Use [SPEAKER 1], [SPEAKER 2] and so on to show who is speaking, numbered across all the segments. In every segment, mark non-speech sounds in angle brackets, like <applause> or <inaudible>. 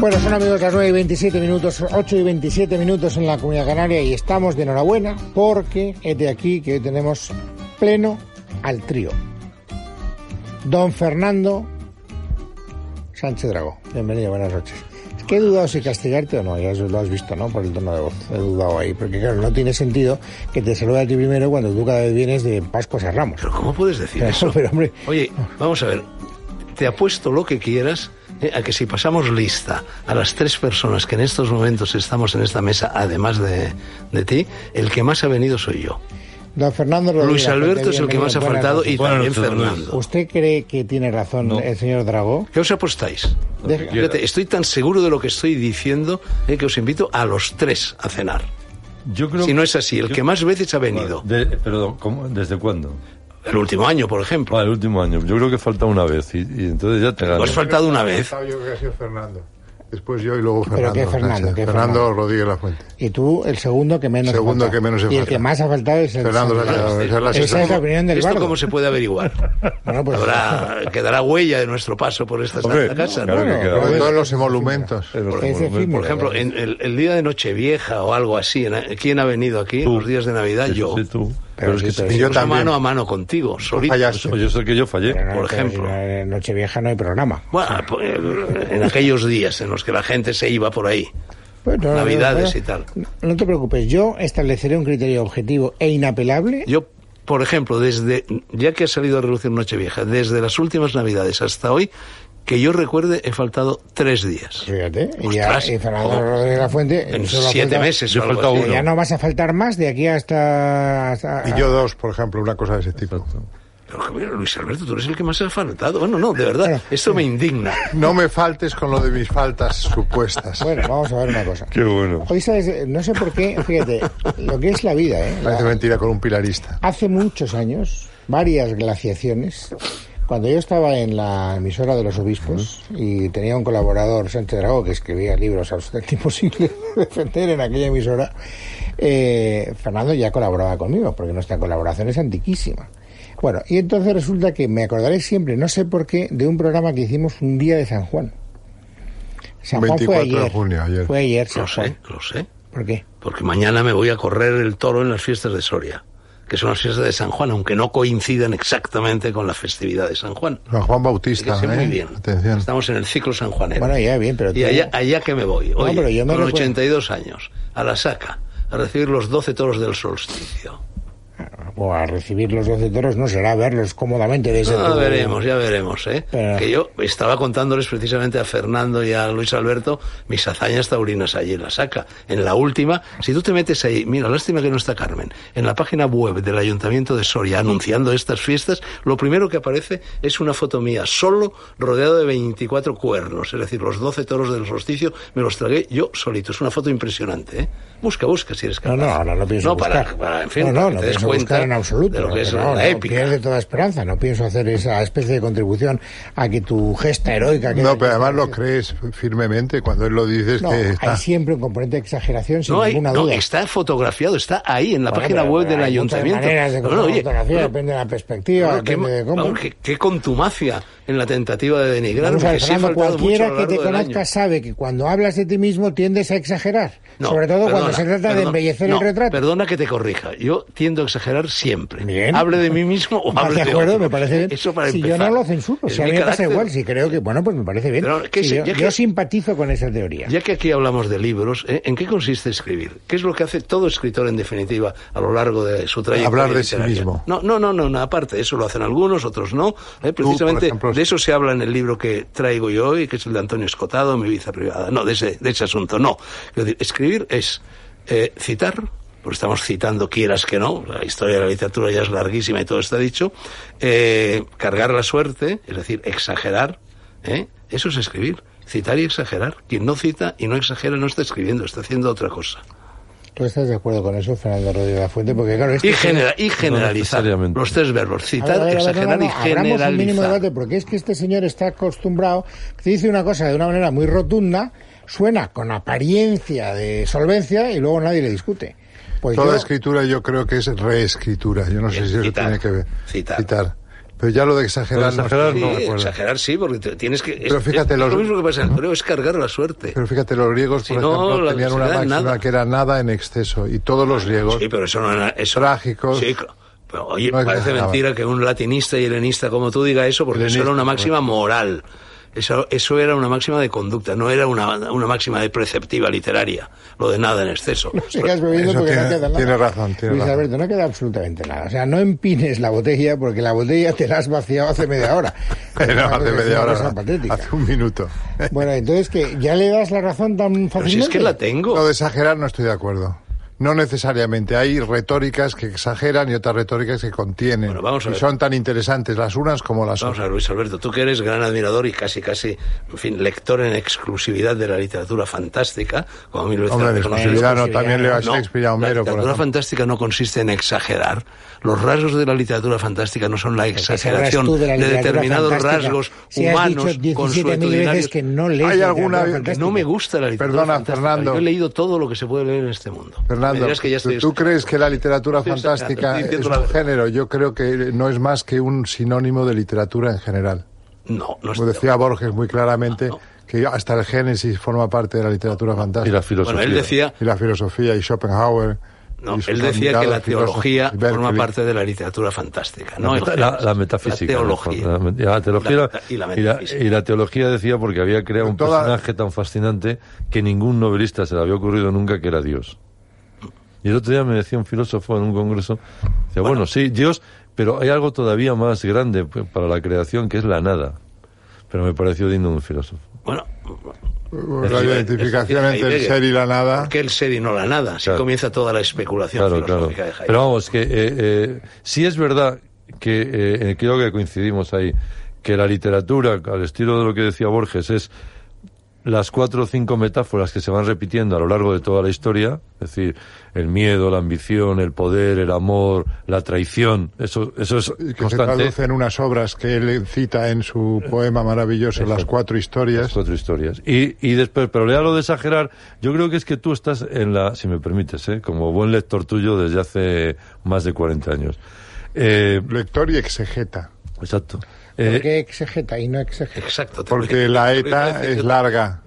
[SPEAKER 1] Bueno, son amigos las 9 y 27 minutos, 8 y 27 minutos en la Comunidad Canaria y estamos de enhorabuena porque es de aquí que hoy tenemos pleno al trío. Don Fernando Sánchez Dragó, bienvenido, buenas noches. Es que he dudado si castigarte o no, ya lo has visto, ¿no? Por el tono de voz, he dudado ahí, porque claro, no tiene sentido que te salude a ti primero cuando tú cada vez vienes de Pascuas a Ramos.
[SPEAKER 2] Pero ¿cómo puedes decir
[SPEAKER 1] Pero,
[SPEAKER 2] eso?
[SPEAKER 1] <laughs> pero, hombre.
[SPEAKER 2] Oye, vamos a ver. Te apuesto lo que quieras eh, a que si pasamos lista a las tres personas que en estos momentos estamos en esta mesa, además de, de ti, el que más ha venido soy yo.
[SPEAKER 1] Don Fernando Rodríguez.
[SPEAKER 2] Luis Alberto es el que
[SPEAKER 1] bienvenido,
[SPEAKER 2] más ha
[SPEAKER 1] buenas
[SPEAKER 2] faltado
[SPEAKER 1] noches.
[SPEAKER 2] y
[SPEAKER 3] Buenas
[SPEAKER 2] también
[SPEAKER 3] noches, Luis.
[SPEAKER 2] Fernando.
[SPEAKER 1] ¿Usted cree que tiene razón el señor Dragó?
[SPEAKER 2] ¿Qué os apostáis?
[SPEAKER 1] De-
[SPEAKER 3] que quieras.
[SPEAKER 2] Fíjate, estoy tan seguro de lo que estoy diciendo eh, que os invito a los tres a cenar.
[SPEAKER 3] Yo creo
[SPEAKER 2] Si no es así, el que más veces ha venido.
[SPEAKER 3] De- perdón, ¿cómo? ¿desde cuándo?
[SPEAKER 2] El último año, por ejemplo.
[SPEAKER 3] Ah, el último año. Yo creo que falta una vez y, y entonces ya te gano.
[SPEAKER 2] Os he faltado una vez.
[SPEAKER 4] Yo creo que ha sido Fernando. Después yo y luego
[SPEAKER 1] Pero
[SPEAKER 4] Fernando.
[SPEAKER 1] qué Fernando,
[SPEAKER 4] Sánchez.
[SPEAKER 1] qué
[SPEAKER 4] Fernando
[SPEAKER 1] Fernando.
[SPEAKER 4] Rodríguez La Fuente.
[SPEAKER 1] Y tú, el segundo que menos. ha
[SPEAKER 4] Segundo
[SPEAKER 1] faltado.
[SPEAKER 4] que menos he
[SPEAKER 1] Y el
[SPEAKER 4] faltado.
[SPEAKER 1] que más ha faltado es el
[SPEAKER 4] Fernando
[SPEAKER 1] Sánchez.
[SPEAKER 4] Sánchez, esa es
[SPEAKER 1] Esa
[SPEAKER 4] la
[SPEAKER 1] es la
[SPEAKER 4] sensación.
[SPEAKER 1] opinión del
[SPEAKER 2] ¿Esto
[SPEAKER 1] bardo.
[SPEAKER 2] cómo se puede averiguar?
[SPEAKER 1] Bueno, pues-
[SPEAKER 2] Habrá,
[SPEAKER 3] <laughs>
[SPEAKER 2] quedará huella de nuestro paso por esta
[SPEAKER 3] Hombre,
[SPEAKER 2] santa casa. ¿no?
[SPEAKER 3] claro
[SPEAKER 1] Bueno,
[SPEAKER 3] que queda.
[SPEAKER 1] pero
[SPEAKER 4] Pero
[SPEAKER 1] es-
[SPEAKER 4] todos los emolumentos.
[SPEAKER 3] Es los
[SPEAKER 1] es
[SPEAKER 3] monumentos.
[SPEAKER 1] efímero.
[SPEAKER 2] Por ejemplo, en el, el día de Nochevieja o algo así, en- ¿quién ha venido aquí?
[SPEAKER 3] Tú.
[SPEAKER 2] Los días de Navidad,
[SPEAKER 3] Sí,
[SPEAKER 2] yo.
[SPEAKER 3] sí, tú.
[SPEAKER 1] Pero
[SPEAKER 3] Pero es
[SPEAKER 1] sí, pero
[SPEAKER 3] que te-
[SPEAKER 4] Y yo
[SPEAKER 2] Incluso
[SPEAKER 4] también.
[SPEAKER 2] mano a mano contigo, solito.
[SPEAKER 4] Fallaste.
[SPEAKER 3] Oye, yo sé que yo fallé.
[SPEAKER 1] Pero
[SPEAKER 2] por
[SPEAKER 1] pero
[SPEAKER 2] ejemplo.
[SPEAKER 1] si En eh, Nochevieja no hay programa.
[SPEAKER 2] Bueno, pues, en aquellos días en los que la gente se iba por ahí.
[SPEAKER 1] Pues no, no,
[SPEAKER 2] Navidades
[SPEAKER 1] no,
[SPEAKER 2] y tal.
[SPEAKER 1] no- No te preocupes, yo estableceré un criterio objetivo e inapelable.
[SPEAKER 2] Yo, por ejemplo, desde ya que ha salido a relucir Nochevieja, desde las últimas Navidades hasta hoy, que yo recuerde, he faltado tres días.
[SPEAKER 1] Fíjate, y, ya,
[SPEAKER 2] Ostras,
[SPEAKER 1] y Fernando
[SPEAKER 2] joder.
[SPEAKER 1] Rodríguez La Fuente.
[SPEAKER 2] En
[SPEAKER 1] solo ha
[SPEAKER 2] siete
[SPEAKER 1] faltado-
[SPEAKER 2] meses.
[SPEAKER 3] Yo
[SPEAKER 2] o algo
[SPEAKER 3] falta
[SPEAKER 2] así.
[SPEAKER 3] uno.
[SPEAKER 1] Ya no vas a faltar más de aquí hasta. hasta-
[SPEAKER 4] Y yo dos, por ejemplo, una cosa de ese tipo.
[SPEAKER 2] Pero, joder, Luis Alberto, tú eres el que más ha faltado. Bueno, no, de verdad, esto me indigna.
[SPEAKER 4] No me faltes con lo de mis faltas supuestas.
[SPEAKER 1] <laughs> Bueno, vamos a ver una cosa.
[SPEAKER 3] Qué bueno.
[SPEAKER 1] Hoy sabes, no sé por qué, fíjate, lo que es la vida, ¿eh? La-
[SPEAKER 4] Parece mentira con un pilarista.
[SPEAKER 1] Hace muchos años, varias glaciaciones, cuando yo estaba en la emisora de los obispos y tenía un colaborador, Sánchez Dragó, que escribía libros absolutamente imposibles de defender en aquella emisora, eh, Fernando ya colaboraba conmigo, porque nuestra colaboración es antiquísima. Bueno, y entonces resulta que me acordaré siempre, no sé por qué, de un programa que hicimos un día de San Juan. San Juan fue
[SPEAKER 4] 24 de
[SPEAKER 1] ayer.
[SPEAKER 4] junio, ayer.
[SPEAKER 1] Fue ayer, San
[SPEAKER 2] Lo sé,
[SPEAKER 1] Juan.
[SPEAKER 2] lo sé.
[SPEAKER 1] ¿Por qué?
[SPEAKER 2] Porque mañana me voy a correr el toro en las fiestas de Soria, que son las fiestas de San Juan, aunque no coincidan exactamente con la festividad de San Juan.
[SPEAKER 4] San Juan
[SPEAKER 2] Así que
[SPEAKER 4] Bautista,
[SPEAKER 2] sé muy
[SPEAKER 4] ¿eh?
[SPEAKER 2] bien.
[SPEAKER 4] Atención.
[SPEAKER 2] Estamos en el ciclo sanjuanero.
[SPEAKER 1] Bueno, ya bien, pero
[SPEAKER 2] y
[SPEAKER 1] tú-
[SPEAKER 2] allá, allá que me voy. Oye,
[SPEAKER 1] pero yo me
[SPEAKER 2] con
[SPEAKER 1] recuerdo-
[SPEAKER 2] 82 años, a la saca, a recibir los 12 toros del solsticio.
[SPEAKER 1] o a recibir los 12 toros no será verlos cómodamente desde
[SPEAKER 2] Ah,
[SPEAKER 1] tu-
[SPEAKER 2] veremos, ya veremos, ¿eh?
[SPEAKER 1] Pero-
[SPEAKER 2] Que yo estaba contándoles precisamente a Fernando y a Luis Alberto mis hazañas taurinas allí en la saca. En la última, si tú te metes ahí, mira, lástima que no está Carmen, en la página web del Ayuntamiento de Soria anunciando estas fiestas, lo primero que aparece es una foto mía solo rodeado de 24 cuernos, es decir, los 12 toros del solsticio me los tragué yo solito. Es una foto impresionante, ¿eh? Busca, busca si eres capaz.
[SPEAKER 1] No, no, ahora no pienso
[SPEAKER 2] No, para,
[SPEAKER 1] buscar.
[SPEAKER 2] para, en fin,
[SPEAKER 1] no, no,
[SPEAKER 2] para que
[SPEAKER 1] no
[SPEAKER 2] te des
[SPEAKER 1] pienso
[SPEAKER 2] cuenta
[SPEAKER 1] buscar en absoluto.
[SPEAKER 2] de lo que es
[SPEAKER 1] pero no,
[SPEAKER 2] la
[SPEAKER 1] no,
[SPEAKER 2] épica.
[SPEAKER 1] pierde toda esperanza. No pienso hacer esa especie de contribución a que tu gesta heroica... Que
[SPEAKER 4] No, pero además lo crees firmemente cuando él lo dices
[SPEAKER 1] No,
[SPEAKER 4] que está.
[SPEAKER 1] hay siempre un componente de exageración, sin
[SPEAKER 2] No, hay-
[SPEAKER 1] ninguna
[SPEAKER 2] no,
[SPEAKER 1] duda.
[SPEAKER 2] está fotografiado, está ahí en la página web del ayuntamiento.
[SPEAKER 1] de
[SPEAKER 2] No, no, oye,
[SPEAKER 1] fotografía,
[SPEAKER 2] pero-
[SPEAKER 1] depende de la perspectiva,
[SPEAKER 2] pero qué,
[SPEAKER 1] depende de cómo.
[SPEAKER 2] vamos, qué- qué contumacia en la tentativa de denigrar.
[SPEAKER 1] Vamos a ver,
[SPEAKER 2] porque sí he
[SPEAKER 1] Fernando,
[SPEAKER 2] faltado mucho a
[SPEAKER 1] cualquiera
[SPEAKER 2] lo
[SPEAKER 1] que te
[SPEAKER 2] largo del año.
[SPEAKER 1] conozca sabe que cuando hablas de ti mismo tiendes a exagerar.
[SPEAKER 2] No,
[SPEAKER 1] sobre todo cuando
[SPEAKER 2] perdona,
[SPEAKER 1] se trata de
[SPEAKER 2] perdona,
[SPEAKER 1] embellecer
[SPEAKER 2] no,
[SPEAKER 1] el retrato.
[SPEAKER 2] Perdona que te corrija. Yo tiendo a exagerar siempre.
[SPEAKER 1] Bien.
[SPEAKER 2] Hable de mí mismo
[SPEAKER 1] <laughs>
[SPEAKER 2] o
[SPEAKER 1] Ah,
[SPEAKER 2] hable
[SPEAKER 1] de
[SPEAKER 2] de
[SPEAKER 1] acuerdo,
[SPEAKER 2] otro.
[SPEAKER 1] me parece bien.
[SPEAKER 2] Eso para
[SPEAKER 1] si yo
[SPEAKER 2] empezar.
[SPEAKER 1] no lo censuro,
[SPEAKER 2] Es
[SPEAKER 1] si a
[SPEAKER 2] mi
[SPEAKER 1] mí me pasa
[SPEAKER 2] carácter.
[SPEAKER 1] igual, si creo que, bueno, pues me parece bien.
[SPEAKER 2] Pero, ¿qué
[SPEAKER 1] Si
[SPEAKER 2] sé?
[SPEAKER 1] yo,
[SPEAKER 2] Ya que-
[SPEAKER 1] yo simpatizo con esa teoría.
[SPEAKER 2] Ya que aquí hablamos de libros, ¿eh? ¿en qué consiste escribir? ¿Qué es lo que hace todo escritor, en definitiva, a lo largo de su trayectoria?
[SPEAKER 4] Hablar de sí
[SPEAKER 2] literaria?
[SPEAKER 4] mismo.
[SPEAKER 2] No, no, no, no, no, aparte, eso lo hacen algunos, otros no. ¿eh? Precisamente
[SPEAKER 4] ejemplo,
[SPEAKER 2] de eso se habla en el libro que traigo yo hoy, que es el de Antonio Escotado, Mi vida privada. No, de ese, de ese asunto, no. Quiero decir, escribir es eh, citar, porque estamos citando quieras que no, la historia de la literatura ya es larguísima y todo está dicho, eh, cargar la suerte, es decir, exagerar, ¿eh? eso es escribir. Citar y exagerar. Quien no cita y no exagera no está escribiendo, está haciendo otra cosa.
[SPEAKER 1] ¿Tú estás de acuerdo con eso, Fernando Rodríguez de la Fuente? Porque, claro, esto
[SPEAKER 2] Y,
[SPEAKER 1] es-
[SPEAKER 2] genera- y generalizar.
[SPEAKER 3] necesariamente.
[SPEAKER 2] los tres verbos.
[SPEAKER 1] A ver, a
[SPEAKER 2] Citar,
[SPEAKER 1] ver, a ver,
[SPEAKER 2] exagerar
[SPEAKER 1] no, no,
[SPEAKER 2] y
[SPEAKER 1] no, abramos un mínimo
[SPEAKER 2] generalizar.
[SPEAKER 1] debate, porque es que este señor está acostumbrado, te dice una cosa de una manera muy rotunda, suena con apariencia de solvencia y luego nadie le discute. Pues
[SPEAKER 4] Toda
[SPEAKER 1] yo-
[SPEAKER 4] escritura yo creo que es reescritura. Yo no sé
[SPEAKER 2] Es
[SPEAKER 4] si eso
[SPEAKER 2] citar,
[SPEAKER 4] tiene que ver.
[SPEAKER 2] citar.
[SPEAKER 4] Pero ya lo de exagerar,
[SPEAKER 3] Lo de exagerar,
[SPEAKER 4] no,
[SPEAKER 3] no.
[SPEAKER 4] recuerdo.
[SPEAKER 2] exagerar sí, porque te- tienes que. es-
[SPEAKER 4] Pero fíjate,
[SPEAKER 2] es
[SPEAKER 4] los-
[SPEAKER 2] lo mismo que pasa en el toreo es cargar la suerte.
[SPEAKER 4] Pero fíjate, los griegos,
[SPEAKER 2] Si
[SPEAKER 4] por
[SPEAKER 2] no,
[SPEAKER 4] ejemplo,
[SPEAKER 2] la
[SPEAKER 4] tenían una
[SPEAKER 2] sociedad,
[SPEAKER 4] máxima
[SPEAKER 2] nada.
[SPEAKER 4] que era nada en exceso. Y todos los griegos.
[SPEAKER 2] Sí, pero eso no era. Eso,
[SPEAKER 4] Trágicos.
[SPEAKER 2] Sí, cl- pero, oye,
[SPEAKER 4] No
[SPEAKER 2] parece
[SPEAKER 4] exageraban.
[SPEAKER 2] mentira que un latinista y helenista como tú diga eso, porque eso
[SPEAKER 4] Helenista,
[SPEAKER 2] era una máxima moral. Eso, eso era una máxima de conducta, no era una, una máxima de preceptiva literaria, lo de nada en exceso.
[SPEAKER 1] No sigas bebiendo
[SPEAKER 4] Eso
[SPEAKER 1] porque no
[SPEAKER 4] tiene-
[SPEAKER 1] queda nada.
[SPEAKER 4] tiene razón, tiene
[SPEAKER 1] Luis
[SPEAKER 4] razón.
[SPEAKER 1] Alberto, no queda absolutamente nada. O sea, no empines la botella porque la botella te la has vaciado hace media
[SPEAKER 4] <laughs>
[SPEAKER 1] hora.
[SPEAKER 4] <laughs> Era hace
[SPEAKER 1] Es una
[SPEAKER 4] media
[SPEAKER 1] cosa
[SPEAKER 4] hora.
[SPEAKER 1] patética.
[SPEAKER 4] Hace un minuto.
[SPEAKER 1] Bueno, entonces que ya le das la razón tan
[SPEAKER 2] Pero si
[SPEAKER 1] fácilmente.
[SPEAKER 2] es que la tengo.
[SPEAKER 4] Lo de exagerar no estoy de acuerdo. No necesariamente. Hay retóricas que exageran y otras retóricas que contienen.
[SPEAKER 2] Bueno, vamos a
[SPEAKER 4] y
[SPEAKER 2] ver.
[SPEAKER 4] son tan interesantes las unas como las
[SPEAKER 2] Vamos a
[SPEAKER 4] otras.
[SPEAKER 2] ver, Luis Alberto, tú que eres gran admirador y casi, casi, en fin, lector en exclusividad de la literatura fantástica, como mil veces
[SPEAKER 4] Hombre, de
[SPEAKER 2] reconoces.
[SPEAKER 4] exclusividad no,
[SPEAKER 1] posibilidad.
[SPEAKER 4] también leo a
[SPEAKER 2] No,
[SPEAKER 4] Shakespeare y a Homero,
[SPEAKER 2] la
[SPEAKER 4] por
[SPEAKER 2] literatura
[SPEAKER 4] ejemplo.
[SPEAKER 2] fantástica no consiste en exagerar. Los rasgos de la literatura fantástica no son la
[SPEAKER 1] ¿Qué Pues sabrás
[SPEAKER 2] exageración
[SPEAKER 1] tú
[SPEAKER 2] de,
[SPEAKER 1] literatura
[SPEAKER 2] determinados
[SPEAKER 1] fantástica?
[SPEAKER 2] rasgos
[SPEAKER 1] Si has dicho
[SPEAKER 2] humanos
[SPEAKER 1] 17.000
[SPEAKER 2] consuetudinarios.
[SPEAKER 1] veces que no lees este
[SPEAKER 4] Hay
[SPEAKER 1] literatura
[SPEAKER 4] alguna-
[SPEAKER 1] fantástica.
[SPEAKER 2] No me gusta la literatura
[SPEAKER 4] Perdona,
[SPEAKER 2] fantástica.
[SPEAKER 4] Fernando.
[SPEAKER 2] Yo he leído todo lo que se puede leer en este mundo. Me
[SPEAKER 4] Fernando,
[SPEAKER 2] dirás que ya estoy
[SPEAKER 4] ¿tú crees que la literatura
[SPEAKER 2] Estoy exagerando,
[SPEAKER 4] fantástica
[SPEAKER 2] estoy
[SPEAKER 4] es
[SPEAKER 2] diciendo la
[SPEAKER 4] un
[SPEAKER 2] verdad.
[SPEAKER 4] género? Yo creo que no es más que un sinónimo de literatura en general.
[SPEAKER 2] No, no
[SPEAKER 4] Como
[SPEAKER 2] estoy...
[SPEAKER 4] decía Borges muy claramente, que hasta el Génesis forma parte de la literatura
[SPEAKER 3] Y la
[SPEAKER 4] fantástica.
[SPEAKER 3] filosofía.
[SPEAKER 2] Bueno, él decía...
[SPEAKER 4] Y la filosofía, y Schopenhauer.
[SPEAKER 2] No,
[SPEAKER 4] y sus
[SPEAKER 2] él decía que la
[SPEAKER 4] admirados filósofos,
[SPEAKER 2] teología
[SPEAKER 4] y Berkeley.
[SPEAKER 2] forma parte de la literatura fantástica,
[SPEAKER 3] La
[SPEAKER 2] ¿no?
[SPEAKER 3] meta-
[SPEAKER 2] El-
[SPEAKER 3] la, la metafísica.
[SPEAKER 2] La
[SPEAKER 3] ¿no?
[SPEAKER 2] teología.
[SPEAKER 3] La met- la teología-
[SPEAKER 2] La- la- y la
[SPEAKER 3] y la-
[SPEAKER 2] metafísica.
[SPEAKER 3] y la teología decía porque había creado un
[SPEAKER 4] Toda-
[SPEAKER 3] personaje tan fascinante que ningún novelista se le había ocurrido nunca que era Dios. Y el otro día me decía un filósofo en un congreso, decía, bueno, sí, Dios, pero hay algo todavía más grande pues, para la creación que es la nada. Pero me pareció digno de un filósofo.
[SPEAKER 2] Bueno,
[SPEAKER 4] La
[SPEAKER 3] Es-
[SPEAKER 4] identificación
[SPEAKER 2] es- es-
[SPEAKER 4] entre el
[SPEAKER 2] Heidegger.
[SPEAKER 4] ser y la nada.
[SPEAKER 2] que el ser y no la nada. Así
[SPEAKER 3] Claro.
[SPEAKER 2] comienza toda la especulación
[SPEAKER 3] Claro, claro.
[SPEAKER 2] filosófica de Heidegger.
[SPEAKER 3] Pero vamos, que eh, eh, sí es verdad que eh, eh, creo que coincidimos ahí, que la literatura, al estilo de lo que decía Borges, es las cuatro o cinco metáforas que se van repitiendo a lo largo de toda la historia, es decir, el miedo, la ambición, el poder, el amor, la traición, eso, eso es
[SPEAKER 4] y que se
[SPEAKER 3] constante.
[SPEAKER 4] traduce en unas obras que él cita en su poema maravilloso, Las Cuatro Historias.
[SPEAKER 3] Las cuatro historias. Y, y después, pero le lo de exagerar, yo creo que es que tú estás en la, si me permites, ¿eh? como buen lector tuyo desde hace más de 40 años. Eh,
[SPEAKER 4] Lector y exegeta.
[SPEAKER 3] Exacto.
[SPEAKER 1] ¿Por
[SPEAKER 3] Eh,
[SPEAKER 1] qué exegeta y no
[SPEAKER 4] Ah.
[SPEAKER 1] exegeta?
[SPEAKER 2] Exacto. te voy
[SPEAKER 4] Porque
[SPEAKER 2] a-
[SPEAKER 4] la
[SPEAKER 2] te voy a
[SPEAKER 4] ETA
[SPEAKER 2] decir
[SPEAKER 4] es
[SPEAKER 2] que-
[SPEAKER 4] larga.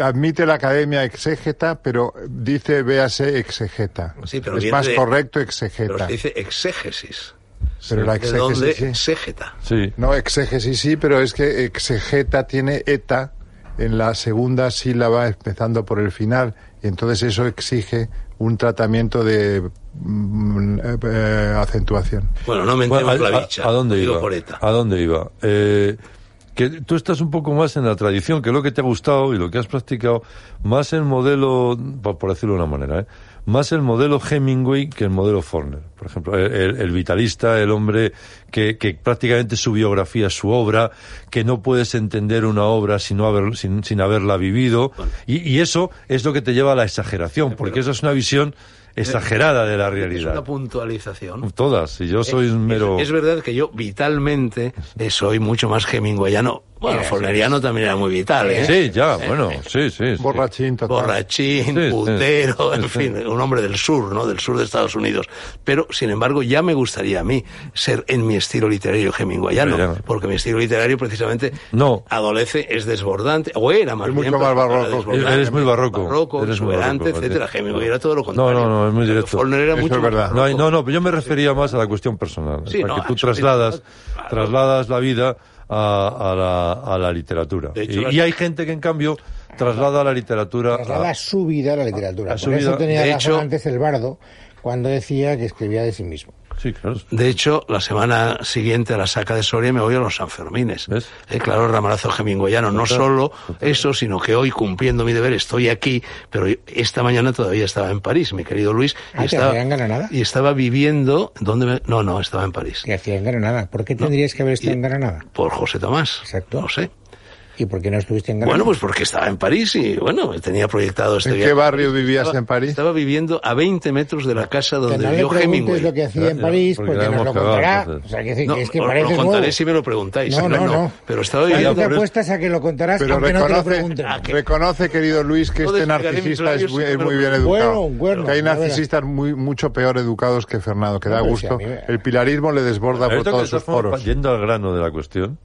[SPEAKER 4] Admite la academia exégeta, pero dice véase exegeta.
[SPEAKER 2] Sí, pero
[SPEAKER 4] es
[SPEAKER 2] viene
[SPEAKER 4] más
[SPEAKER 2] de-
[SPEAKER 4] correcto
[SPEAKER 2] Pero
[SPEAKER 4] exegeta.
[SPEAKER 2] se dice exégesis.
[SPEAKER 4] Pero la
[SPEAKER 2] ¿De dónde?
[SPEAKER 4] exégesis sí.
[SPEAKER 2] Exégeta.
[SPEAKER 3] sí.
[SPEAKER 4] No, exégesis sí, pero es que exegeta tiene eta en la segunda sílaba empezando por el final y entonces eso exige un tratamiento de mm, eh, eh, acentuación.
[SPEAKER 2] Bueno, no me
[SPEAKER 3] Bueno,
[SPEAKER 2] entiendas la bicha.
[SPEAKER 3] ¿A dónde
[SPEAKER 2] digo
[SPEAKER 3] iba?
[SPEAKER 2] por ETA.
[SPEAKER 3] ¿A dónde iba? Eh, que tú estás un poco más en la tradición, que es lo que te ha gustado y lo que has practicado, más el modelo, por, por decirlo de una manera, ¿eh? más el modelo Hemingway que el modelo Forner. Por ejemplo, el, el- el vitalista, el hombre que, que prácticamente su biografía es su obra, que no puedes entender una obra sin, no haber- sin, sin haberla vivido. Y, y eso es lo que te lleva a la exageración, porque eso es una visión exagerada de la
[SPEAKER 2] Es
[SPEAKER 3] realidad.
[SPEAKER 2] una puntualización.
[SPEAKER 3] Todas, y yo soy un mero...
[SPEAKER 2] Es, es verdad que yo vitalmente eh, soy mucho más hemingwayano. Bueno, forneriano también era muy vital, ¿eh?
[SPEAKER 3] Sí, ya, bueno, sí, sí. sí.
[SPEAKER 4] Borrachín total.
[SPEAKER 2] Borrachín,
[SPEAKER 3] Sí, sí.
[SPEAKER 2] putero,
[SPEAKER 3] Sí,
[SPEAKER 2] en
[SPEAKER 3] sí.
[SPEAKER 2] fin, un hombre del sur, ¿no? Del sur de Estados Unidos. Pero, sin embargo, ya me gustaría a mí ser en mi estilo literario
[SPEAKER 3] Hombre,
[SPEAKER 2] hemingwayano,
[SPEAKER 3] ya.
[SPEAKER 2] porque mi estilo literario precisamente
[SPEAKER 3] No.
[SPEAKER 2] adolece, es desbordante, o era más
[SPEAKER 4] Es
[SPEAKER 2] bien,
[SPEAKER 4] mucho
[SPEAKER 2] pero
[SPEAKER 4] más
[SPEAKER 2] era
[SPEAKER 4] barroco.
[SPEAKER 2] desbordante,
[SPEAKER 3] Eres muy barroco. Eres muy
[SPEAKER 2] exuberante,
[SPEAKER 3] barroco,
[SPEAKER 2] etcétera.
[SPEAKER 3] Matías.
[SPEAKER 2] Hemingway era todo lo contrario.
[SPEAKER 3] no, no, es muy
[SPEAKER 2] Pero
[SPEAKER 3] directo.
[SPEAKER 2] Faulkner era
[SPEAKER 4] Eso
[SPEAKER 2] mucho
[SPEAKER 4] es
[SPEAKER 2] más
[SPEAKER 4] verdad.
[SPEAKER 3] No, hay-
[SPEAKER 2] barroco.
[SPEAKER 3] no, no, pero yo me refería más a la cuestión personal.
[SPEAKER 2] Sí,
[SPEAKER 3] o sea,
[SPEAKER 2] no,
[SPEAKER 3] que tú
[SPEAKER 2] eso-
[SPEAKER 3] trasladas,
[SPEAKER 2] claro.
[SPEAKER 3] trasladas la vida a, a la, a la literatura.
[SPEAKER 2] De hecho,
[SPEAKER 3] y,
[SPEAKER 2] las-
[SPEAKER 3] y hay gente que, en cambio, traslada la literatura
[SPEAKER 1] Traslada
[SPEAKER 3] a...
[SPEAKER 1] su vida a la literatura.
[SPEAKER 3] a su
[SPEAKER 1] Por eso
[SPEAKER 3] vida.
[SPEAKER 1] tenía
[SPEAKER 2] De
[SPEAKER 1] razón
[SPEAKER 2] hecho-
[SPEAKER 1] antes el bardo cuando decía que escribía de sí mismo.
[SPEAKER 3] Sí, claro.
[SPEAKER 2] De hecho, la semana siguiente a la saca de Soria me voy a los Sanfermines.
[SPEAKER 3] ¿Ves?
[SPEAKER 2] Eh, claro, ramalazo gemingoyano. No solo eso, sino que hoy, cumpliendo mi deber, estoy aquí, pero esta mañana todavía estaba en París, mi querido Luis.
[SPEAKER 1] Ah, ¿te
[SPEAKER 2] estaba,
[SPEAKER 1] hacían Granada?
[SPEAKER 2] y estaba viviendo... ¿dónde me- No, no, estaba en París.
[SPEAKER 1] Que hacía en Granada. ¿Por qué tendrías que haber estado
[SPEAKER 2] Y-
[SPEAKER 1] en Granada?
[SPEAKER 2] Por José Tomás.
[SPEAKER 1] Exacto.
[SPEAKER 2] No sé.
[SPEAKER 1] ¿Y por qué no estuviste en Granada?
[SPEAKER 2] Bueno, pues porque estaba en París y bueno, tenía proyectado este
[SPEAKER 4] ¿En qué
[SPEAKER 2] viaje.
[SPEAKER 4] barrio vivías
[SPEAKER 2] Estaba-
[SPEAKER 4] en París?
[SPEAKER 2] Estaba viviendo a 20 metros de la casa
[SPEAKER 1] Que
[SPEAKER 2] donde
[SPEAKER 1] no le
[SPEAKER 2] vivió
[SPEAKER 1] preguntes
[SPEAKER 2] Hemingway.
[SPEAKER 1] lo que hacía en
[SPEAKER 3] Ya,
[SPEAKER 1] París
[SPEAKER 3] porque
[SPEAKER 1] porque
[SPEAKER 3] la
[SPEAKER 1] nos
[SPEAKER 3] hemos
[SPEAKER 1] lo
[SPEAKER 3] cagado,
[SPEAKER 1] contará.
[SPEAKER 3] entonces.
[SPEAKER 1] O sea, que, decir
[SPEAKER 2] No,
[SPEAKER 1] que es que
[SPEAKER 2] os
[SPEAKER 1] parece
[SPEAKER 2] lo contaré
[SPEAKER 1] nuevo.
[SPEAKER 2] si me lo preguntáis.
[SPEAKER 1] No,
[SPEAKER 2] pero
[SPEAKER 1] no, no.
[SPEAKER 2] Pero estaba
[SPEAKER 1] ¿Cuánto
[SPEAKER 2] viviendo.
[SPEAKER 1] te
[SPEAKER 3] pero es-
[SPEAKER 1] apuestas a que lo contarás
[SPEAKER 4] Pero
[SPEAKER 1] aunque no te lo
[SPEAKER 4] reconoce,
[SPEAKER 1] pregunten?
[SPEAKER 2] Ah, que-
[SPEAKER 4] reconoce, querido Luis, que
[SPEAKER 2] No
[SPEAKER 4] este
[SPEAKER 2] despegaré mis
[SPEAKER 4] narcisista
[SPEAKER 2] labios
[SPEAKER 4] es
[SPEAKER 2] si
[SPEAKER 4] muy,
[SPEAKER 2] no
[SPEAKER 4] es
[SPEAKER 2] me lo
[SPEAKER 4] muy bien
[SPEAKER 1] Bueno,
[SPEAKER 4] educado.
[SPEAKER 1] bueno,
[SPEAKER 4] que hay
[SPEAKER 1] ya verás.
[SPEAKER 4] narcisistas muy, mucho peor educados que Fernando, que da
[SPEAKER 1] pero si a
[SPEAKER 4] gusto.
[SPEAKER 1] mí me-
[SPEAKER 4] El pilarismo le desborda por
[SPEAKER 3] Ahorita que
[SPEAKER 4] todos
[SPEAKER 3] estás
[SPEAKER 4] sus poros.
[SPEAKER 3] Yendo al grano de la cuestión,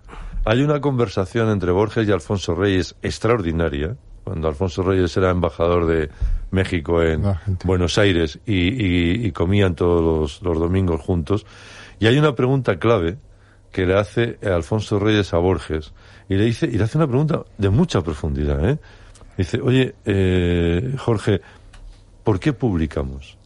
[SPEAKER 3] hay una conversación entre Borges y Alfonso Reyes extraordinaria, cuando Alfonso Reyes era embajador de México en
[SPEAKER 4] La gente.
[SPEAKER 3] Buenos Aires y, y- y comían todos los, los domingos juntos. Y hay una pregunta clave que le hace Alfonso Reyes a Borges y le dice y le hace una pregunta de mucha profundidad. ¿eh? Dice, oye, eh, Jorge, ¿por qué publicamos?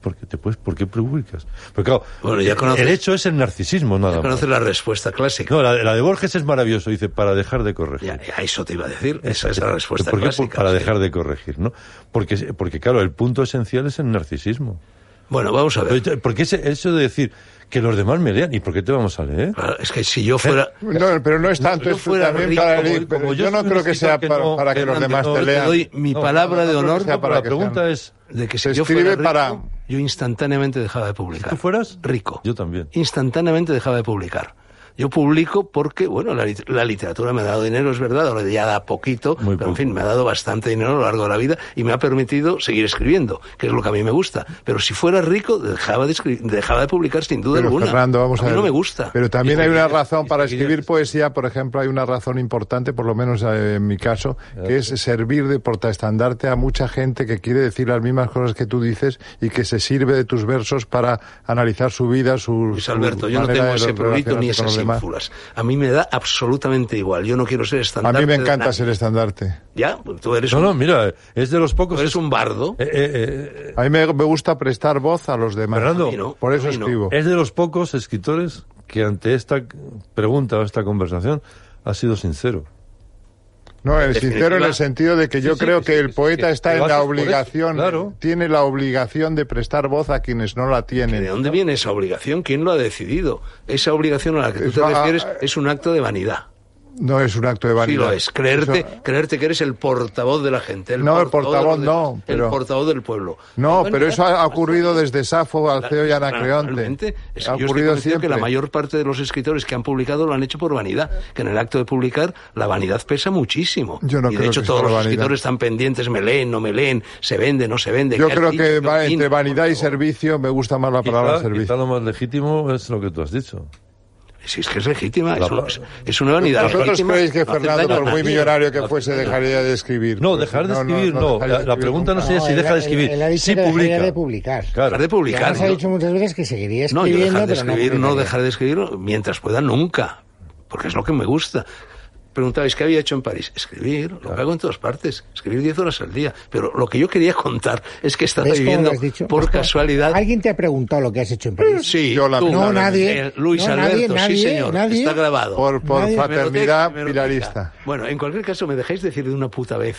[SPEAKER 3] ¿Por qué, te puedes, ¿Por qué publicas? Porque claro, eh,
[SPEAKER 2] Bueno, ya conoces-
[SPEAKER 3] el hecho es el narcisismo, nada más.
[SPEAKER 2] Conoces la respuesta clásica.
[SPEAKER 3] No, la, de- la de Borges es maravilloso, dice, para dejar de corregir.
[SPEAKER 2] Ya, ya, eso te iba a decir. Esa es la respuesta
[SPEAKER 3] ¿Por qué? Por-
[SPEAKER 2] clásica.
[SPEAKER 3] para
[SPEAKER 2] sí.
[SPEAKER 3] dejar de corregir, ¿no? Porque, porque, claro, el punto esencial es el narcisismo.
[SPEAKER 2] Bueno, vamos a ver.
[SPEAKER 3] Porque ese, eso de decir que los demás me lean, ¿y por qué te vamos a leer?
[SPEAKER 2] Claro, Es que si yo fuera.
[SPEAKER 3] Eh.
[SPEAKER 4] No, pero no es tanto.
[SPEAKER 2] yo
[SPEAKER 4] es
[SPEAKER 2] fuera
[SPEAKER 4] también
[SPEAKER 2] rico,
[SPEAKER 4] para
[SPEAKER 2] como-
[SPEAKER 4] el-
[SPEAKER 3] como yo
[SPEAKER 4] yo no
[SPEAKER 3] soy un
[SPEAKER 4] creo que
[SPEAKER 3] escritor
[SPEAKER 4] sea
[SPEAKER 3] que
[SPEAKER 4] para,
[SPEAKER 3] no-
[SPEAKER 4] para que
[SPEAKER 3] que
[SPEAKER 4] los
[SPEAKER 3] no-
[SPEAKER 4] demás
[SPEAKER 3] no-
[SPEAKER 4] te
[SPEAKER 3] yo te
[SPEAKER 4] lean.
[SPEAKER 2] doy mi palabra de
[SPEAKER 4] creo que
[SPEAKER 2] honor
[SPEAKER 4] sea para
[SPEAKER 3] la
[SPEAKER 4] que
[SPEAKER 3] pregunta
[SPEAKER 4] sean.
[SPEAKER 3] es,
[SPEAKER 2] De que
[SPEAKER 4] Se
[SPEAKER 2] si yo fuera
[SPEAKER 4] escribe
[SPEAKER 2] rico,
[SPEAKER 4] para-
[SPEAKER 2] yo instantáneamente dejaba de publicar.
[SPEAKER 3] ¿tú fueras?
[SPEAKER 2] Rico.
[SPEAKER 3] Yo también.
[SPEAKER 2] Instantáneamente dejaba de publicar. Yo publico porque, bueno, la, lit- la literatura me ha dado dinero, es verdad, ahora ya da poquito,
[SPEAKER 3] Muy
[SPEAKER 2] pero en
[SPEAKER 3] poco.
[SPEAKER 2] fin, me ha dado bastante dinero a lo largo de la vida y me ha permitido seguir escribiendo, que es lo que a mí me gusta. Pero si fuera rico, dejaba de, escri- dejaba de publicar sin duda
[SPEAKER 4] Pero
[SPEAKER 2] alguna.
[SPEAKER 4] Fernando, vamos a,
[SPEAKER 2] a mí
[SPEAKER 4] ver.
[SPEAKER 2] no me gusta.
[SPEAKER 4] Pero también hay una razón para
[SPEAKER 3] quería-
[SPEAKER 4] escribir poesía, por ejemplo, hay una razón importante, por lo menos eh, en mi caso, que es servir de portaestandarte a mucha gente que quiere decir las mismas cosas que tú dices y que se sirve de tus versos para analizar su vida, su,
[SPEAKER 2] Luis
[SPEAKER 4] su
[SPEAKER 2] Alberto, yo no
[SPEAKER 4] manera
[SPEAKER 2] tengo
[SPEAKER 4] de
[SPEAKER 2] ese prurito ni
[SPEAKER 4] relacionarse con
[SPEAKER 2] esas
[SPEAKER 4] los demás.
[SPEAKER 2] ínfulas. A mí me da absolutamente igual. Yo no quiero ser
[SPEAKER 4] A
[SPEAKER 2] estandarte.
[SPEAKER 4] mí me
[SPEAKER 2] de
[SPEAKER 4] encanta
[SPEAKER 2] nadie.
[SPEAKER 4] ser estandarte.
[SPEAKER 2] Ya, pues tú eres,
[SPEAKER 3] No,
[SPEAKER 2] un,
[SPEAKER 3] no, mira, es de los
[SPEAKER 2] tú
[SPEAKER 3] pocos...
[SPEAKER 2] eres un bardo.
[SPEAKER 3] Eh, eh, eh,
[SPEAKER 4] A mí me, me gusta prestar voz a los demás.
[SPEAKER 3] Fernando,
[SPEAKER 2] A mí no,
[SPEAKER 4] por
[SPEAKER 2] a
[SPEAKER 4] eso
[SPEAKER 2] mí no.
[SPEAKER 4] escribo.
[SPEAKER 3] es de los pocos escritores que ante esta pregunta o esta conversación ha sido sincero.
[SPEAKER 4] No, el
[SPEAKER 2] Definitiva.
[SPEAKER 4] sincero en el sentido de que yo
[SPEAKER 3] Sí, sí,
[SPEAKER 4] creo
[SPEAKER 3] sí,
[SPEAKER 4] que
[SPEAKER 3] sí,
[SPEAKER 4] el
[SPEAKER 3] sí,
[SPEAKER 4] poeta
[SPEAKER 3] que
[SPEAKER 4] está
[SPEAKER 3] lo
[SPEAKER 4] en
[SPEAKER 3] haces
[SPEAKER 4] la
[SPEAKER 3] por eso,
[SPEAKER 4] obligación,
[SPEAKER 3] claro.
[SPEAKER 4] tiene la obligación de prestar voz a quienes no la
[SPEAKER 2] ¿Que
[SPEAKER 4] tienen.
[SPEAKER 2] ¿De dónde viene esa obligación? ¿Quién lo ha decidido? Esa obligación a la que tú te
[SPEAKER 4] Eso, ah,
[SPEAKER 2] refieres
[SPEAKER 4] ah,
[SPEAKER 2] es un acto de vanidad.
[SPEAKER 4] No es un acto de
[SPEAKER 2] Sí
[SPEAKER 4] vanidad.
[SPEAKER 2] lo es. Creerte,
[SPEAKER 4] Eso-
[SPEAKER 2] creerte que eres el portavoz de la gente. El
[SPEAKER 4] No, el
[SPEAKER 2] portavoz de
[SPEAKER 4] portavoz
[SPEAKER 2] los demás,
[SPEAKER 4] no, pero-
[SPEAKER 2] El portavoz del pueblo.
[SPEAKER 4] No,
[SPEAKER 2] Bueno,
[SPEAKER 4] pero eso
[SPEAKER 2] ya-
[SPEAKER 4] ha ocurrido desde Safo, Alceo y Anacreonte.
[SPEAKER 2] Naturalmente, es que
[SPEAKER 4] Ha
[SPEAKER 2] yo estoy
[SPEAKER 4] ocurrido
[SPEAKER 2] convencido
[SPEAKER 4] siempre.
[SPEAKER 2] que la mayor parte de los escritores que han publicado lo han hecho por vanidad, que en el acto de publicar la vanidad pesa muchísimo.
[SPEAKER 4] Yo no
[SPEAKER 2] y de
[SPEAKER 4] creo
[SPEAKER 2] hecho
[SPEAKER 4] que
[SPEAKER 2] todos
[SPEAKER 4] sea
[SPEAKER 2] los
[SPEAKER 4] vanidad.
[SPEAKER 2] escritores están pendientes, me leen, no me leen, se vende, no se vende.
[SPEAKER 4] Yo
[SPEAKER 2] ¿qué has
[SPEAKER 4] creo
[SPEAKER 2] dicho?
[SPEAKER 4] que va-
[SPEAKER 2] ¿Quién?
[SPEAKER 4] entre vanidad y servicio me gusta más la palabra
[SPEAKER 3] Quizá- quizá
[SPEAKER 4] servicio.
[SPEAKER 3] lo más legítimo es lo que tú has dicho.
[SPEAKER 2] Pues Si es que es legítima,
[SPEAKER 3] La
[SPEAKER 2] es, una-
[SPEAKER 3] pa-
[SPEAKER 2] es- es una vanidad.
[SPEAKER 4] ¿Vosotros
[SPEAKER 2] legítima,
[SPEAKER 4] creéis que
[SPEAKER 2] no hace
[SPEAKER 4] Fernando,
[SPEAKER 2] daño a
[SPEAKER 4] por muy
[SPEAKER 2] nadie.
[SPEAKER 4] millonario que fuese, dejaría de escribir?
[SPEAKER 3] No,
[SPEAKER 4] Pues,
[SPEAKER 3] dejar de escribir no.
[SPEAKER 4] dejaría de
[SPEAKER 3] La, la
[SPEAKER 4] escribir
[SPEAKER 3] pregunta no
[SPEAKER 4] nunca.
[SPEAKER 3] sería si
[SPEAKER 1] él
[SPEAKER 3] deja
[SPEAKER 1] ha-
[SPEAKER 3] de
[SPEAKER 1] él-
[SPEAKER 3] escribir.
[SPEAKER 1] él ha dicho
[SPEAKER 3] Sí
[SPEAKER 1] que dejaría
[SPEAKER 3] publica.
[SPEAKER 1] de publicar.
[SPEAKER 3] Claro.
[SPEAKER 2] Dejar de publicar.
[SPEAKER 1] Además, ha
[SPEAKER 2] yo-
[SPEAKER 1] dicho muchas veces que seguiría
[SPEAKER 2] No,
[SPEAKER 1] escribiendo,
[SPEAKER 2] yo dejar de
[SPEAKER 1] pero no
[SPEAKER 2] escribir, no
[SPEAKER 1] publicaría.
[SPEAKER 2] dejar de escribir mientras pueda nunca, porque es lo que me gusta. Preguntabais qué había hecho en París. Escribir, lo que hago en todas partes, escribir 10 horas al día. Pero lo que yo quería contar es que estaba
[SPEAKER 1] ¿Ves cómo
[SPEAKER 2] viviendo
[SPEAKER 1] lo has dicho?
[SPEAKER 2] por
[SPEAKER 1] Esto-
[SPEAKER 2] casualidad.
[SPEAKER 1] ¿Alguien te ha preguntado lo que has hecho en París?
[SPEAKER 2] Sí,
[SPEAKER 4] Yo la-
[SPEAKER 2] tú,
[SPEAKER 4] No,
[SPEAKER 1] nadie.
[SPEAKER 2] eh, Luis
[SPEAKER 1] No, nadie,
[SPEAKER 2] Alberto,
[SPEAKER 1] nadie,
[SPEAKER 2] sí señor,
[SPEAKER 1] nadie.
[SPEAKER 2] está grabado.
[SPEAKER 4] Por, por
[SPEAKER 1] Nadie.
[SPEAKER 4] paternidad
[SPEAKER 2] Hemeroteca,
[SPEAKER 4] pilarista.
[SPEAKER 2] hemeroteca. Bueno, en cualquier caso, me dejáis decir de una puta vez